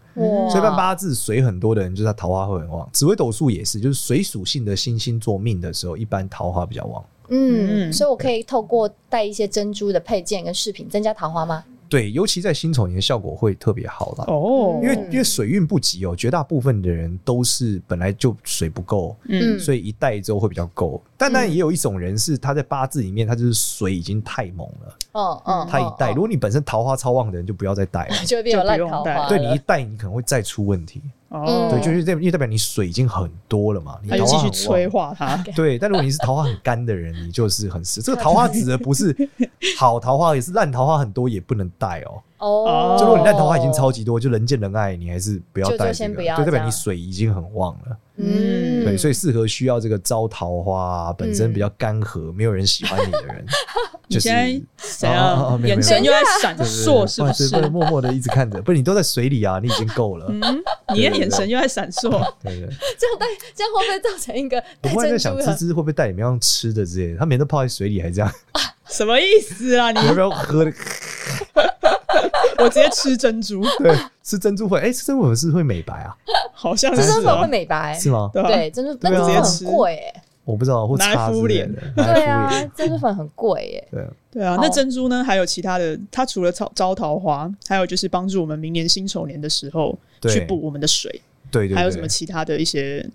Speaker 5: 所以办八字水很多的人，就是他桃花会很旺。紫微斗数也是，就是水属性的星星做命的时候，一般桃花比较旺。
Speaker 4: 嗯，
Speaker 1: 嗯
Speaker 4: 所以我可以透过带一些珍珠的配件跟饰品增加桃花吗？
Speaker 5: 对，尤其在辛丑年效果会特别好啦。
Speaker 1: 哦，
Speaker 5: 因为
Speaker 4: 嗯
Speaker 5: 因为水运不及哦，绝大部分的人都是本来就水不够，
Speaker 1: 嗯
Speaker 5: 所以一带之后会比较够。但当然也有一种人是他在八字里面，他就是水已经太猛了，
Speaker 4: 嗯嗯，
Speaker 5: 他一
Speaker 1: 哦
Speaker 5: 带，
Speaker 4: 嗯
Speaker 5: 如果你本身桃花超旺的人，就不要再带
Speaker 1: [laughs]
Speaker 5: 了。
Speaker 4: 嗯就会变有烂桃
Speaker 1: 就不用
Speaker 4: 花
Speaker 1: 戴
Speaker 4: 了，
Speaker 5: 对你一带，你可能会再出问题。
Speaker 1: 哦，
Speaker 5: 对，就是代因为代表你水已经很多了嘛，你
Speaker 1: 他
Speaker 5: 桃
Speaker 1: 就继
Speaker 5: 花
Speaker 1: 续
Speaker 5: 很
Speaker 1: 催
Speaker 5: 旺。
Speaker 1: 化它。 [laughs]
Speaker 5: 对，但如果你是桃花很干的人，你就是很湿。这个桃花指的
Speaker 1: [laughs]
Speaker 5: 不是好桃花，也是烂桃花很多也不能带哦。
Speaker 4: 哦，
Speaker 5: 就如果你烂桃花已经超，级多，就人见人爱，你还是不要
Speaker 4: 就
Speaker 5: 带
Speaker 4: 就
Speaker 5: 这
Speaker 4: 先
Speaker 5: 个，
Speaker 4: 不
Speaker 5: 对，
Speaker 4: 要
Speaker 5: 代
Speaker 4: 这
Speaker 5: 表
Speaker 4: 样
Speaker 5: 你水已经很旺了。
Speaker 4: 嗯，
Speaker 5: 对，所以适合需要这个招桃花，啊本身比较干涸，没有人喜欢你的
Speaker 1: [laughs]
Speaker 5: 人，
Speaker 1: 嗯你
Speaker 5: 就是
Speaker 1: 现在怎
Speaker 5: 啊啊啊
Speaker 1: 样？
Speaker 5: 没有
Speaker 1: 眼神又在闪烁，是不
Speaker 5: 对对对哦不能
Speaker 1: 是？
Speaker 5: 默默的一直看着，不是你都在水里啊，你已经够了，
Speaker 1: 嗯，你的眼神又在闪烁。
Speaker 5: 对对。
Speaker 4: 这样带这样会不会造成一个
Speaker 5: 我
Speaker 4: 带
Speaker 5: 忽然在
Speaker 4: 珍
Speaker 5: 想
Speaker 4: 珠，
Speaker 5: 芝
Speaker 4: 的？
Speaker 5: 芝会不会带你们样吃的之类的？他每天都泡在水里还这样， [laughs]
Speaker 1: 什么意思啊？你
Speaker 5: 你要不要喝的？ [laughs]
Speaker 1: 我直接吃珍珠，
Speaker 5: 对，吃珍珠粉，哎，吃珍珠粉是会美白啊，
Speaker 1: 好像
Speaker 4: 珍
Speaker 1: 是
Speaker 4: 珠粉会
Speaker 1: 啊
Speaker 4: 美白，
Speaker 5: 是吗？
Speaker 1: 对吧？
Speaker 4: 对，珍珠但
Speaker 5: 对
Speaker 4: 珍
Speaker 5: 啊
Speaker 4: 珠粉很贵耶，
Speaker 5: 我不知道，或
Speaker 1: 拿来
Speaker 5: 擦之
Speaker 1: 敷
Speaker 5: 类
Speaker 1: 脸
Speaker 5: 的，拿来敷
Speaker 4: 对
Speaker 5: 脸
Speaker 4: 啊，珍珠粉很贵耶，
Speaker 5: 对，
Speaker 1: 对啊
Speaker 4: 好，
Speaker 1: 那珍珠呢？还有其他的，它除了招招桃花，还有就是帮助我们明年辛丑年的时候
Speaker 5: 对
Speaker 1: 去补我们的水，
Speaker 5: 对对对。
Speaker 1: 还有什么其他的一些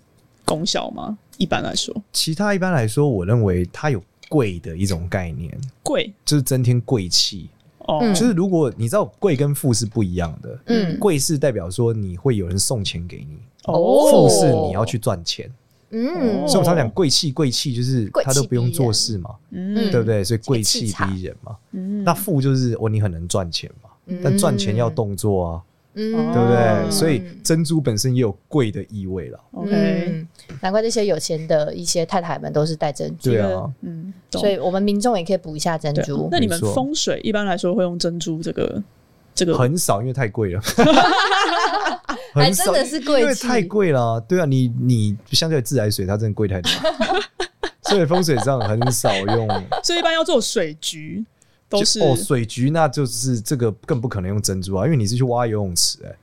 Speaker 1: 功效吗？一般来说，
Speaker 5: 其他一般来说，我认为它有贵的一种概念，
Speaker 1: 贵
Speaker 5: 就是增添贵气。
Speaker 1: 哦，
Speaker 4: 嗯
Speaker 5: 就是如果你知道贵跟富是不一样的，
Speaker 4: 嗯
Speaker 5: 贵是代表说你会有人送钱给你，
Speaker 1: 哦
Speaker 5: 富是你要去赚钱。
Speaker 4: 嗯
Speaker 1: 哦
Speaker 5: 所以我常讲贵气，贵气就是他都不用做事嘛，
Speaker 1: 嗯
Speaker 5: 对不对？所以
Speaker 4: 这个
Speaker 5: 贵气
Speaker 4: 气场
Speaker 5: 逼人嘛。
Speaker 1: 嗯
Speaker 5: 那富就是哦，你很能赚钱嘛，但赚钱要动作啊，
Speaker 4: 嗯，
Speaker 5: 对不对？
Speaker 1: 嗯
Speaker 5: 所以珍珠本身也有贵的意味了。
Speaker 1: OK，
Speaker 4: 嗯，难怪这些有钱的一些太太们都是戴珍珠，
Speaker 5: 对啊，
Speaker 1: 嗯，懂
Speaker 4: 所以我们民众也可以补一下珍
Speaker 1: 对
Speaker 4: 珠。
Speaker 1: 那你们
Speaker 5: 没错
Speaker 1: 风水一般来说会用珍珠这个这个
Speaker 5: 很少，因为太贵
Speaker 1: [laughs]
Speaker 5: 了。
Speaker 4: 还
Speaker 1: 哎
Speaker 5: 很少
Speaker 4: 真的是贵
Speaker 5: 因为
Speaker 4: 气
Speaker 5: 太贵了啊、对啊，你你相对自来水，它真的贵太
Speaker 1: [laughs]
Speaker 5: 多，所以风水上很少用。
Speaker 1: 所以一般要做水局，都是
Speaker 5: 哦就哦，水局那就是这个更不可能用珍珠啊，因为你是去挖游泳池、欸，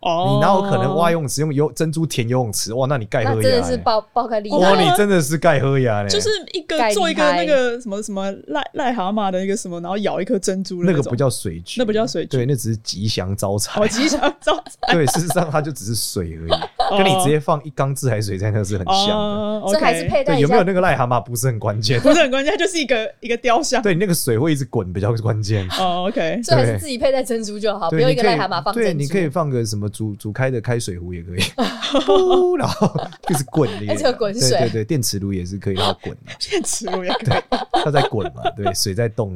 Speaker 1: 哦，
Speaker 5: 你哪有可能挖游泳池用游珍珠填游泳池？哇，那你盖
Speaker 4: 那
Speaker 5: 喝
Speaker 4: 真
Speaker 5: 牙
Speaker 4: 的
Speaker 5: 欸、
Speaker 4: 是爆爆个厉
Speaker 1: 哇
Speaker 5: 哇，
Speaker 4: 害。
Speaker 5: 你真的是盖喝牙嘞、
Speaker 1: 就是一个
Speaker 4: 盖
Speaker 1: 做一个
Speaker 4: 厉害
Speaker 1: 那个什么什么癞癞蛤蟆的一个什么，然后咬一颗珍珠的
Speaker 5: 那个
Speaker 1: 种
Speaker 5: 不叫水局，
Speaker 1: 那不叫水局
Speaker 5: 对，那只是吉祥招财
Speaker 1: 哦，。吉祥招财，
Speaker 5: 对，事实上它就只是水而已，
Speaker 1: 哦
Speaker 5: 跟你直接放一缸自来水在那是很像的。
Speaker 1: 哦，
Speaker 4: 这还是
Speaker 1: OK
Speaker 4: 佩戴
Speaker 5: 对，
Speaker 4: 一
Speaker 5: 有没有
Speaker 4: 下
Speaker 5: 那个癞蛤蟆不是很
Speaker 4: [laughs]
Speaker 5: 关键，
Speaker 1: 不是很关键，它就是一个一个雕像。
Speaker 5: 对，你那个水会一直滚比较关键。
Speaker 1: 哦，OK， [laughs]
Speaker 4: 所以还
Speaker 5: 对
Speaker 4: 是自己佩戴珍珠就好，不
Speaker 5: 对，
Speaker 4: 用
Speaker 5: 你
Speaker 4: 一个
Speaker 5: 可以
Speaker 4: 癞蛤蟆放
Speaker 5: 对，
Speaker 4: 珍
Speaker 5: 你
Speaker 4: 珠。
Speaker 5: 可以放个什么煮煮开的开水壶
Speaker 4: [laughs]
Speaker 5: 也可以，噗然后就是滚的也，
Speaker 4: 哎这个滚
Speaker 5: 对
Speaker 4: 水
Speaker 5: 对对，电磁炉也是可以让它滚的，
Speaker 1: 电磁炉也可以。
Speaker 5: 它在滚
Speaker 4: [laughs]
Speaker 5: 嘛，对，水在动。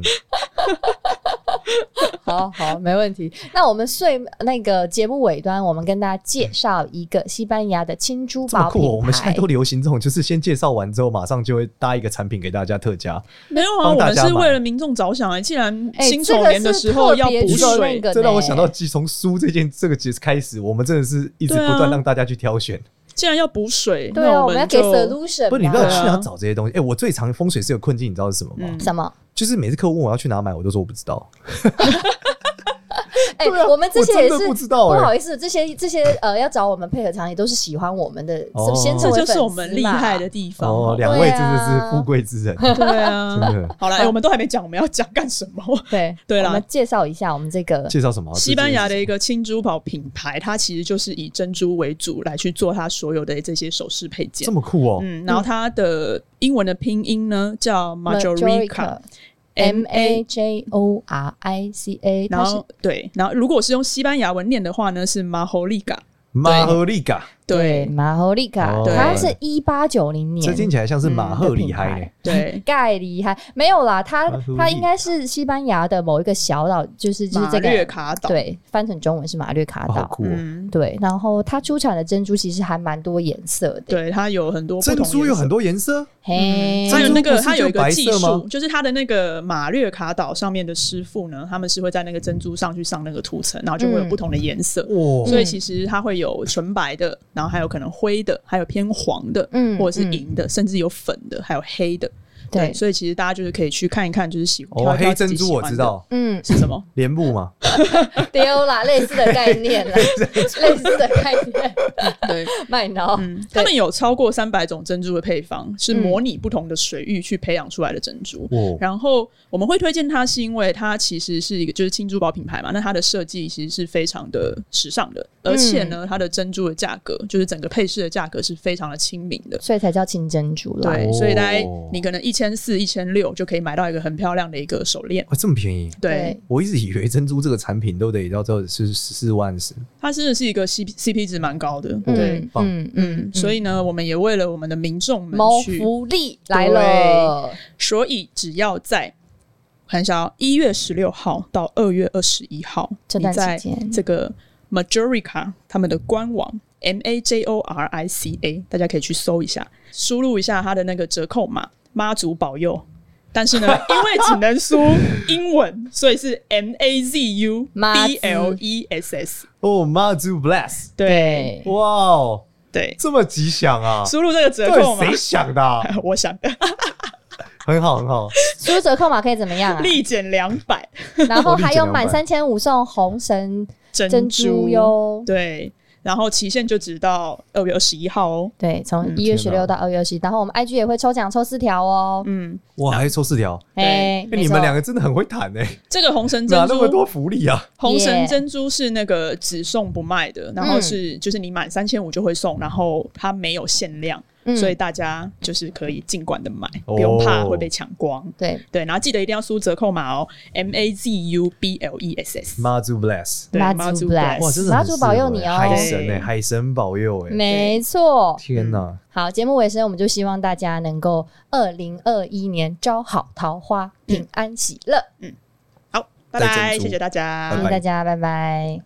Speaker 4: 好好，没问题。那我们最那个节目尾端，我们跟大家介绍一个西班牙的轻珠
Speaker 5: 这么
Speaker 4: 宝
Speaker 5: 酷
Speaker 4: 品
Speaker 5: 哦、
Speaker 4: 牌。
Speaker 5: 我们现在都流行这种，就是先介绍完之后，马上就会搭一个产品给大家特价。
Speaker 1: 没有啊，
Speaker 5: 帮
Speaker 1: 我
Speaker 5: 大
Speaker 1: 们
Speaker 5: 家
Speaker 1: 是
Speaker 5: 买
Speaker 1: 为了民众着想哎，既然
Speaker 4: 哎
Speaker 1: 辛丑年的时候要
Speaker 4: 这
Speaker 1: 补
Speaker 4: 个是特别
Speaker 1: 水
Speaker 4: 去那，个
Speaker 5: 这让我
Speaker 4: 呢
Speaker 5: 想到，其实从书这件这个节开始，我们真的是一直不
Speaker 1: 对啊
Speaker 5: 断让大家去挑选。
Speaker 1: 既然要补水，
Speaker 4: 对
Speaker 1: 那
Speaker 4: 啊，
Speaker 1: 我
Speaker 4: 我们要
Speaker 1: 们
Speaker 4: 给
Speaker 1: 就
Speaker 4: solution 嘛。
Speaker 5: 不是，你不知道
Speaker 1: 对啊
Speaker 5: 去哪找这些东西。哎、我最常风水是有困境，你知道是什么吗？
Speaker 1: 嗯
Speaker 4: 什么？
Speaker 5: 就是每次客户问我要去哪买，我都说我不知道。
Speaker 4: 哎、
Speaker 5: 对啊
Speaker 4: 我们这些也
Speaker 5: 我真
Speaker 4: 是
Speaker 5: 的不知道哎
Speaker 4: 好意思，这些这些呃，要找我们配合场也都是喜欢我们的，
Speaker 5: 哦
Speaker 4: 先成
Speaker 1: 这
Speaker 4: 为
Speaker 1: 就
Speaker 4: 粉
Speaker 1: 是
Speaker 4: 丝
Speaker 1: 我们厉害
Speaker 4: 嘛
Speaker 1: 的。地方。
Speaker 5: 哦，
Speaker 1: 好
Speaker 5: 两位真的是富贵之人，
Speaker 1: 不好对啊，
Speaker 5: 真的。
Speaker 1: 好了，哎我们都还没讲我们要讲干什么。
Speaker 4: 对
Speaker 1: 对啦
Speaker 4: 我们介绍一下我们这个
Speaker 5: 介绍什么？
Speaker 1: 西班牙的一个轻珠宝品牌，它其实就是以珍珠为主来去做它所有的这些首饰配件
Speaker 5: 这。么酷哦、
Speaker 1: 嗯，然后它的英文的拼音呢叫 Majorica
Speaker 4: M A J O R I C A，
Speaker 1: 然
Speaker 4: 它是
Speaker 1: 后对，然后如果是用西班牙文念的话呢是 Majorica，
Speaker 5: 马赫利嘎，
Speaker 1: 对
Speaker 4: 马赫利卡
Speaker 5: 哦，
Speaker 4: 它是一八九零
Speaker 5: 这听
Speaker 4: 年。
Speaker 5: 起来像是马赫
Speaker 4: 嗯
Speaker 5: 里嗨
Speaker 4: 的
Speaker 5: 呢
Speaker 4: 品、
Speaker 1: 对，
Speaker 4: [laughs] 盖厉害，没有啦，它
Speaker 5: 马赫利卡
Speaker 4: 它应该是西班牙的某一个小岛，就是就是
Speaker 1: 马
Speaker 4: 这
Speaker 1: 略
Speaker 4: 个
Speaker 1: 卡岛，
Speaker 4: 对，翻成中文是马略卡
Speaker 5: 哦好
Speaker 4: 岛。
Speaker 5: 酷、哦！
Speaker 1: 嗯，
Speaker 4: 对，然后它出产的珍珠其实还蛮多颜色的，
Speaker 1: 对，嗯它有很多不
Speaker 5: 珍
Speaker 1: 同
Speaker 5: 珠有
Speaker 1: 颜色
Speaker 5: 很。多颜色，
Speaker 4: 嘿，
Speaker 1: 它有那个，
Speaker 5: 珍珠不是
Speaker 1: 它有一
Speaker 5: 就
Speaker 1: 个
Speaker 5: 白
Speaker 1: 技
Speaker 5: 色吗
Speaker 1: 术，就是它的那个马略卡岛上面的师傅呢，他们是会在那个珍珠上去上那个涂层，然后就会有
Speaker 4: 嗯
Speaker 1: 不同的颜色。
Speaker 5: 哇！
Speaker 1: 所以其实它会有纯白的，然后还有可能灰的，还有偏黄的，
Speaker 4: 嗯
Speaker 1: 或者是银的，甚至有粉的，还有黑的。
Speaker 4: 对，
Speaker 1: 所以其实大家就是可以去看一看，就是喜欢
Speaker 5: 哦，黑珍珠我知道，
Speaker 4: 嗯，
Speaker 1: 是什
Speaker 4: [laughs]
Speaker 1: 么。
Speaker 5: 帘布嘛，
Speaker 4: 丢啦， [laughs] 类似的概念
Speaker 5: [laughs]
Speaker 4: 啦，类似的概念，
Speaker 1: 对，
Speaker 4: [laughs] 卖脑，
Speaker 1: 嗯，他们有超过三百种珍珠的配方，是
Speaker 4: 嗯
Speaker 1: 模拟不同的水域去培养出来的珍珠。
Speaker 5: 哦
Speaker 1: 然后我们会推荐它，是因为它其实是一个就是轻珠宝品牌嘛，那它的设计其实是非常的时尚的，而且
Speaker 4: 嗯
Speaker 1: 呢，它的珍珠的价格就是整个配饰的价格是非常的亲民的。
Speaker 4: 所以才叫清珍珠啦。
Speaker 1: 对，
Speaker 5: 哦
Speaker 1: 所以大概你可能一千四、一千六就可以买到一个很漂亮的一个手链。
Speaker 5: 哇，这么便宜！
Speaker 1: 对，
Speaker 5: 我一直以为珍珠这个产品都得要到是十四万是
Speaker 1: 它真的是一个 C C P 值蛮高的。
Speaker 4: 嗯
Speaker 1: 对，
Speaker 5: 棒
Speaker 4: 嗯
Speaker 1: 嗯，所以呢，我们也为了我们的民众们
Speaker 4: 谋
Speaker 1: 去
Speaker 4: 福利来了，
Speaker 1: 所以只要在我看一下哦，一月十六号到二月二十一号，
Speaker 4: 这
Speaker 1: 你
Speaker 4: 段
Speaker 1: 在
Speaker 4: 期间
Speaker 1: 这个 Majorica 他们的官网 M A J O R I C A，大家可以去搜一下，输入一下它的那个折扣码“妈祖保佑”。但是呢，
Speaker 4: [laughs]
Speaker 1: 因为只能输英文，所以是 M A Z U
Speaker 4: 妈祖
Speaker 1: B L E S S。
Speaker 5: 哦，妈祖 bless，
Speaker 1: 对
Speaker 5: 哇哦，
Speaker 1: 对，
Speaker 5: 这么吉祥啊！
Speaker 1: 输入这个折
Speaker 5: 到
Speaker 1: 扣
Speaker 5: 底
Speaker 1: 码，
Speaker 5: 谁想的啊、
Speaker 1: [laughs] 我想
Speaker 5: 很好，很好，
Speaker 4: 输折扣码可以怎么样啊？
Speaker 1: 立减两百
Speaker 4: 然后还有
Speaker 5: 立减
Speaker 4: 满
Speaker 5: 200
Speaker 4: 三千五送红绳珍
Speaker 1: 珍
Speaker 4: 珠哟。
Speaker 1: 对，然后期限就直到二月二十一号哦。
Speaker 4: 对，从一月十
Speaker 5: 嗯天哪
Speaker 4: 六到二月二十，然后我们 IG 也会抽奖抽四条哦。
Speaker 1: 嗯，
Speaker 5: 哇，还抽四条，
Speaker 4: 哎，
Speaker 5: 哎、
Speaker 4: 没
Speaker 5: 你
Speaker 4: 错
Speaker 5: 们两个真的很会谈哎、
Speaker 1: 这个红绳
Speaker 5: 哪
Speaker 1: 珍
Speaker 5: 那么
Speaker 1: 珠，
Speaker 5: 多福利啊？
Speaker 1: 红绳
Speaker 4: Yeah
Speaker 1: 珍珠是那个只送不卖的，然后是
Speaker 5: 嗯
Speaker 1: 就是你满三千五就会送，然后它没有限量，
Speaker 4: 嗯
Speaker 1: 所以大家就是可以尽管的买，
Speaker 5: 哦
Speaker 1: 不用怕会被抢光。
Speaker 4: 对
Speaker 1: 对，然后记得一定要输折扣码哦，M A Z U B L E S S。
Speaker 5: 妈祖 bless，
Speaker 1: 对
Speaker 4: 妈
Speaker 1: 妈
Speaker 4: 祖
Speaker 1: 祖
Speaker 4: bless
Speaker 5: 哇，
Speaker 1: bless
Speaker 5: 真的很
Speaker 4: 妈祖保佑你
Speaker 5: 适合
Speaker 4: 哦
Speaker 5: 哎海神哎、
Speaker 1: 对
Speaker 5: 海神保佑哎、
Speaker 4: 没错，
Speaker 5: 天哪！
Speaker 4: 好，节目尾声，我们就希望大家能够二零二一年招好桃花，平安喜乐。
Speaker 1: 好，拜
Speaker 5: 带
Speaker 1: 拜，
Speaker 5: 珍珠
Speaker 1: 谢谢大家，
Speaker 5: 拜
Speaker 4: 谢谢大家，拜拜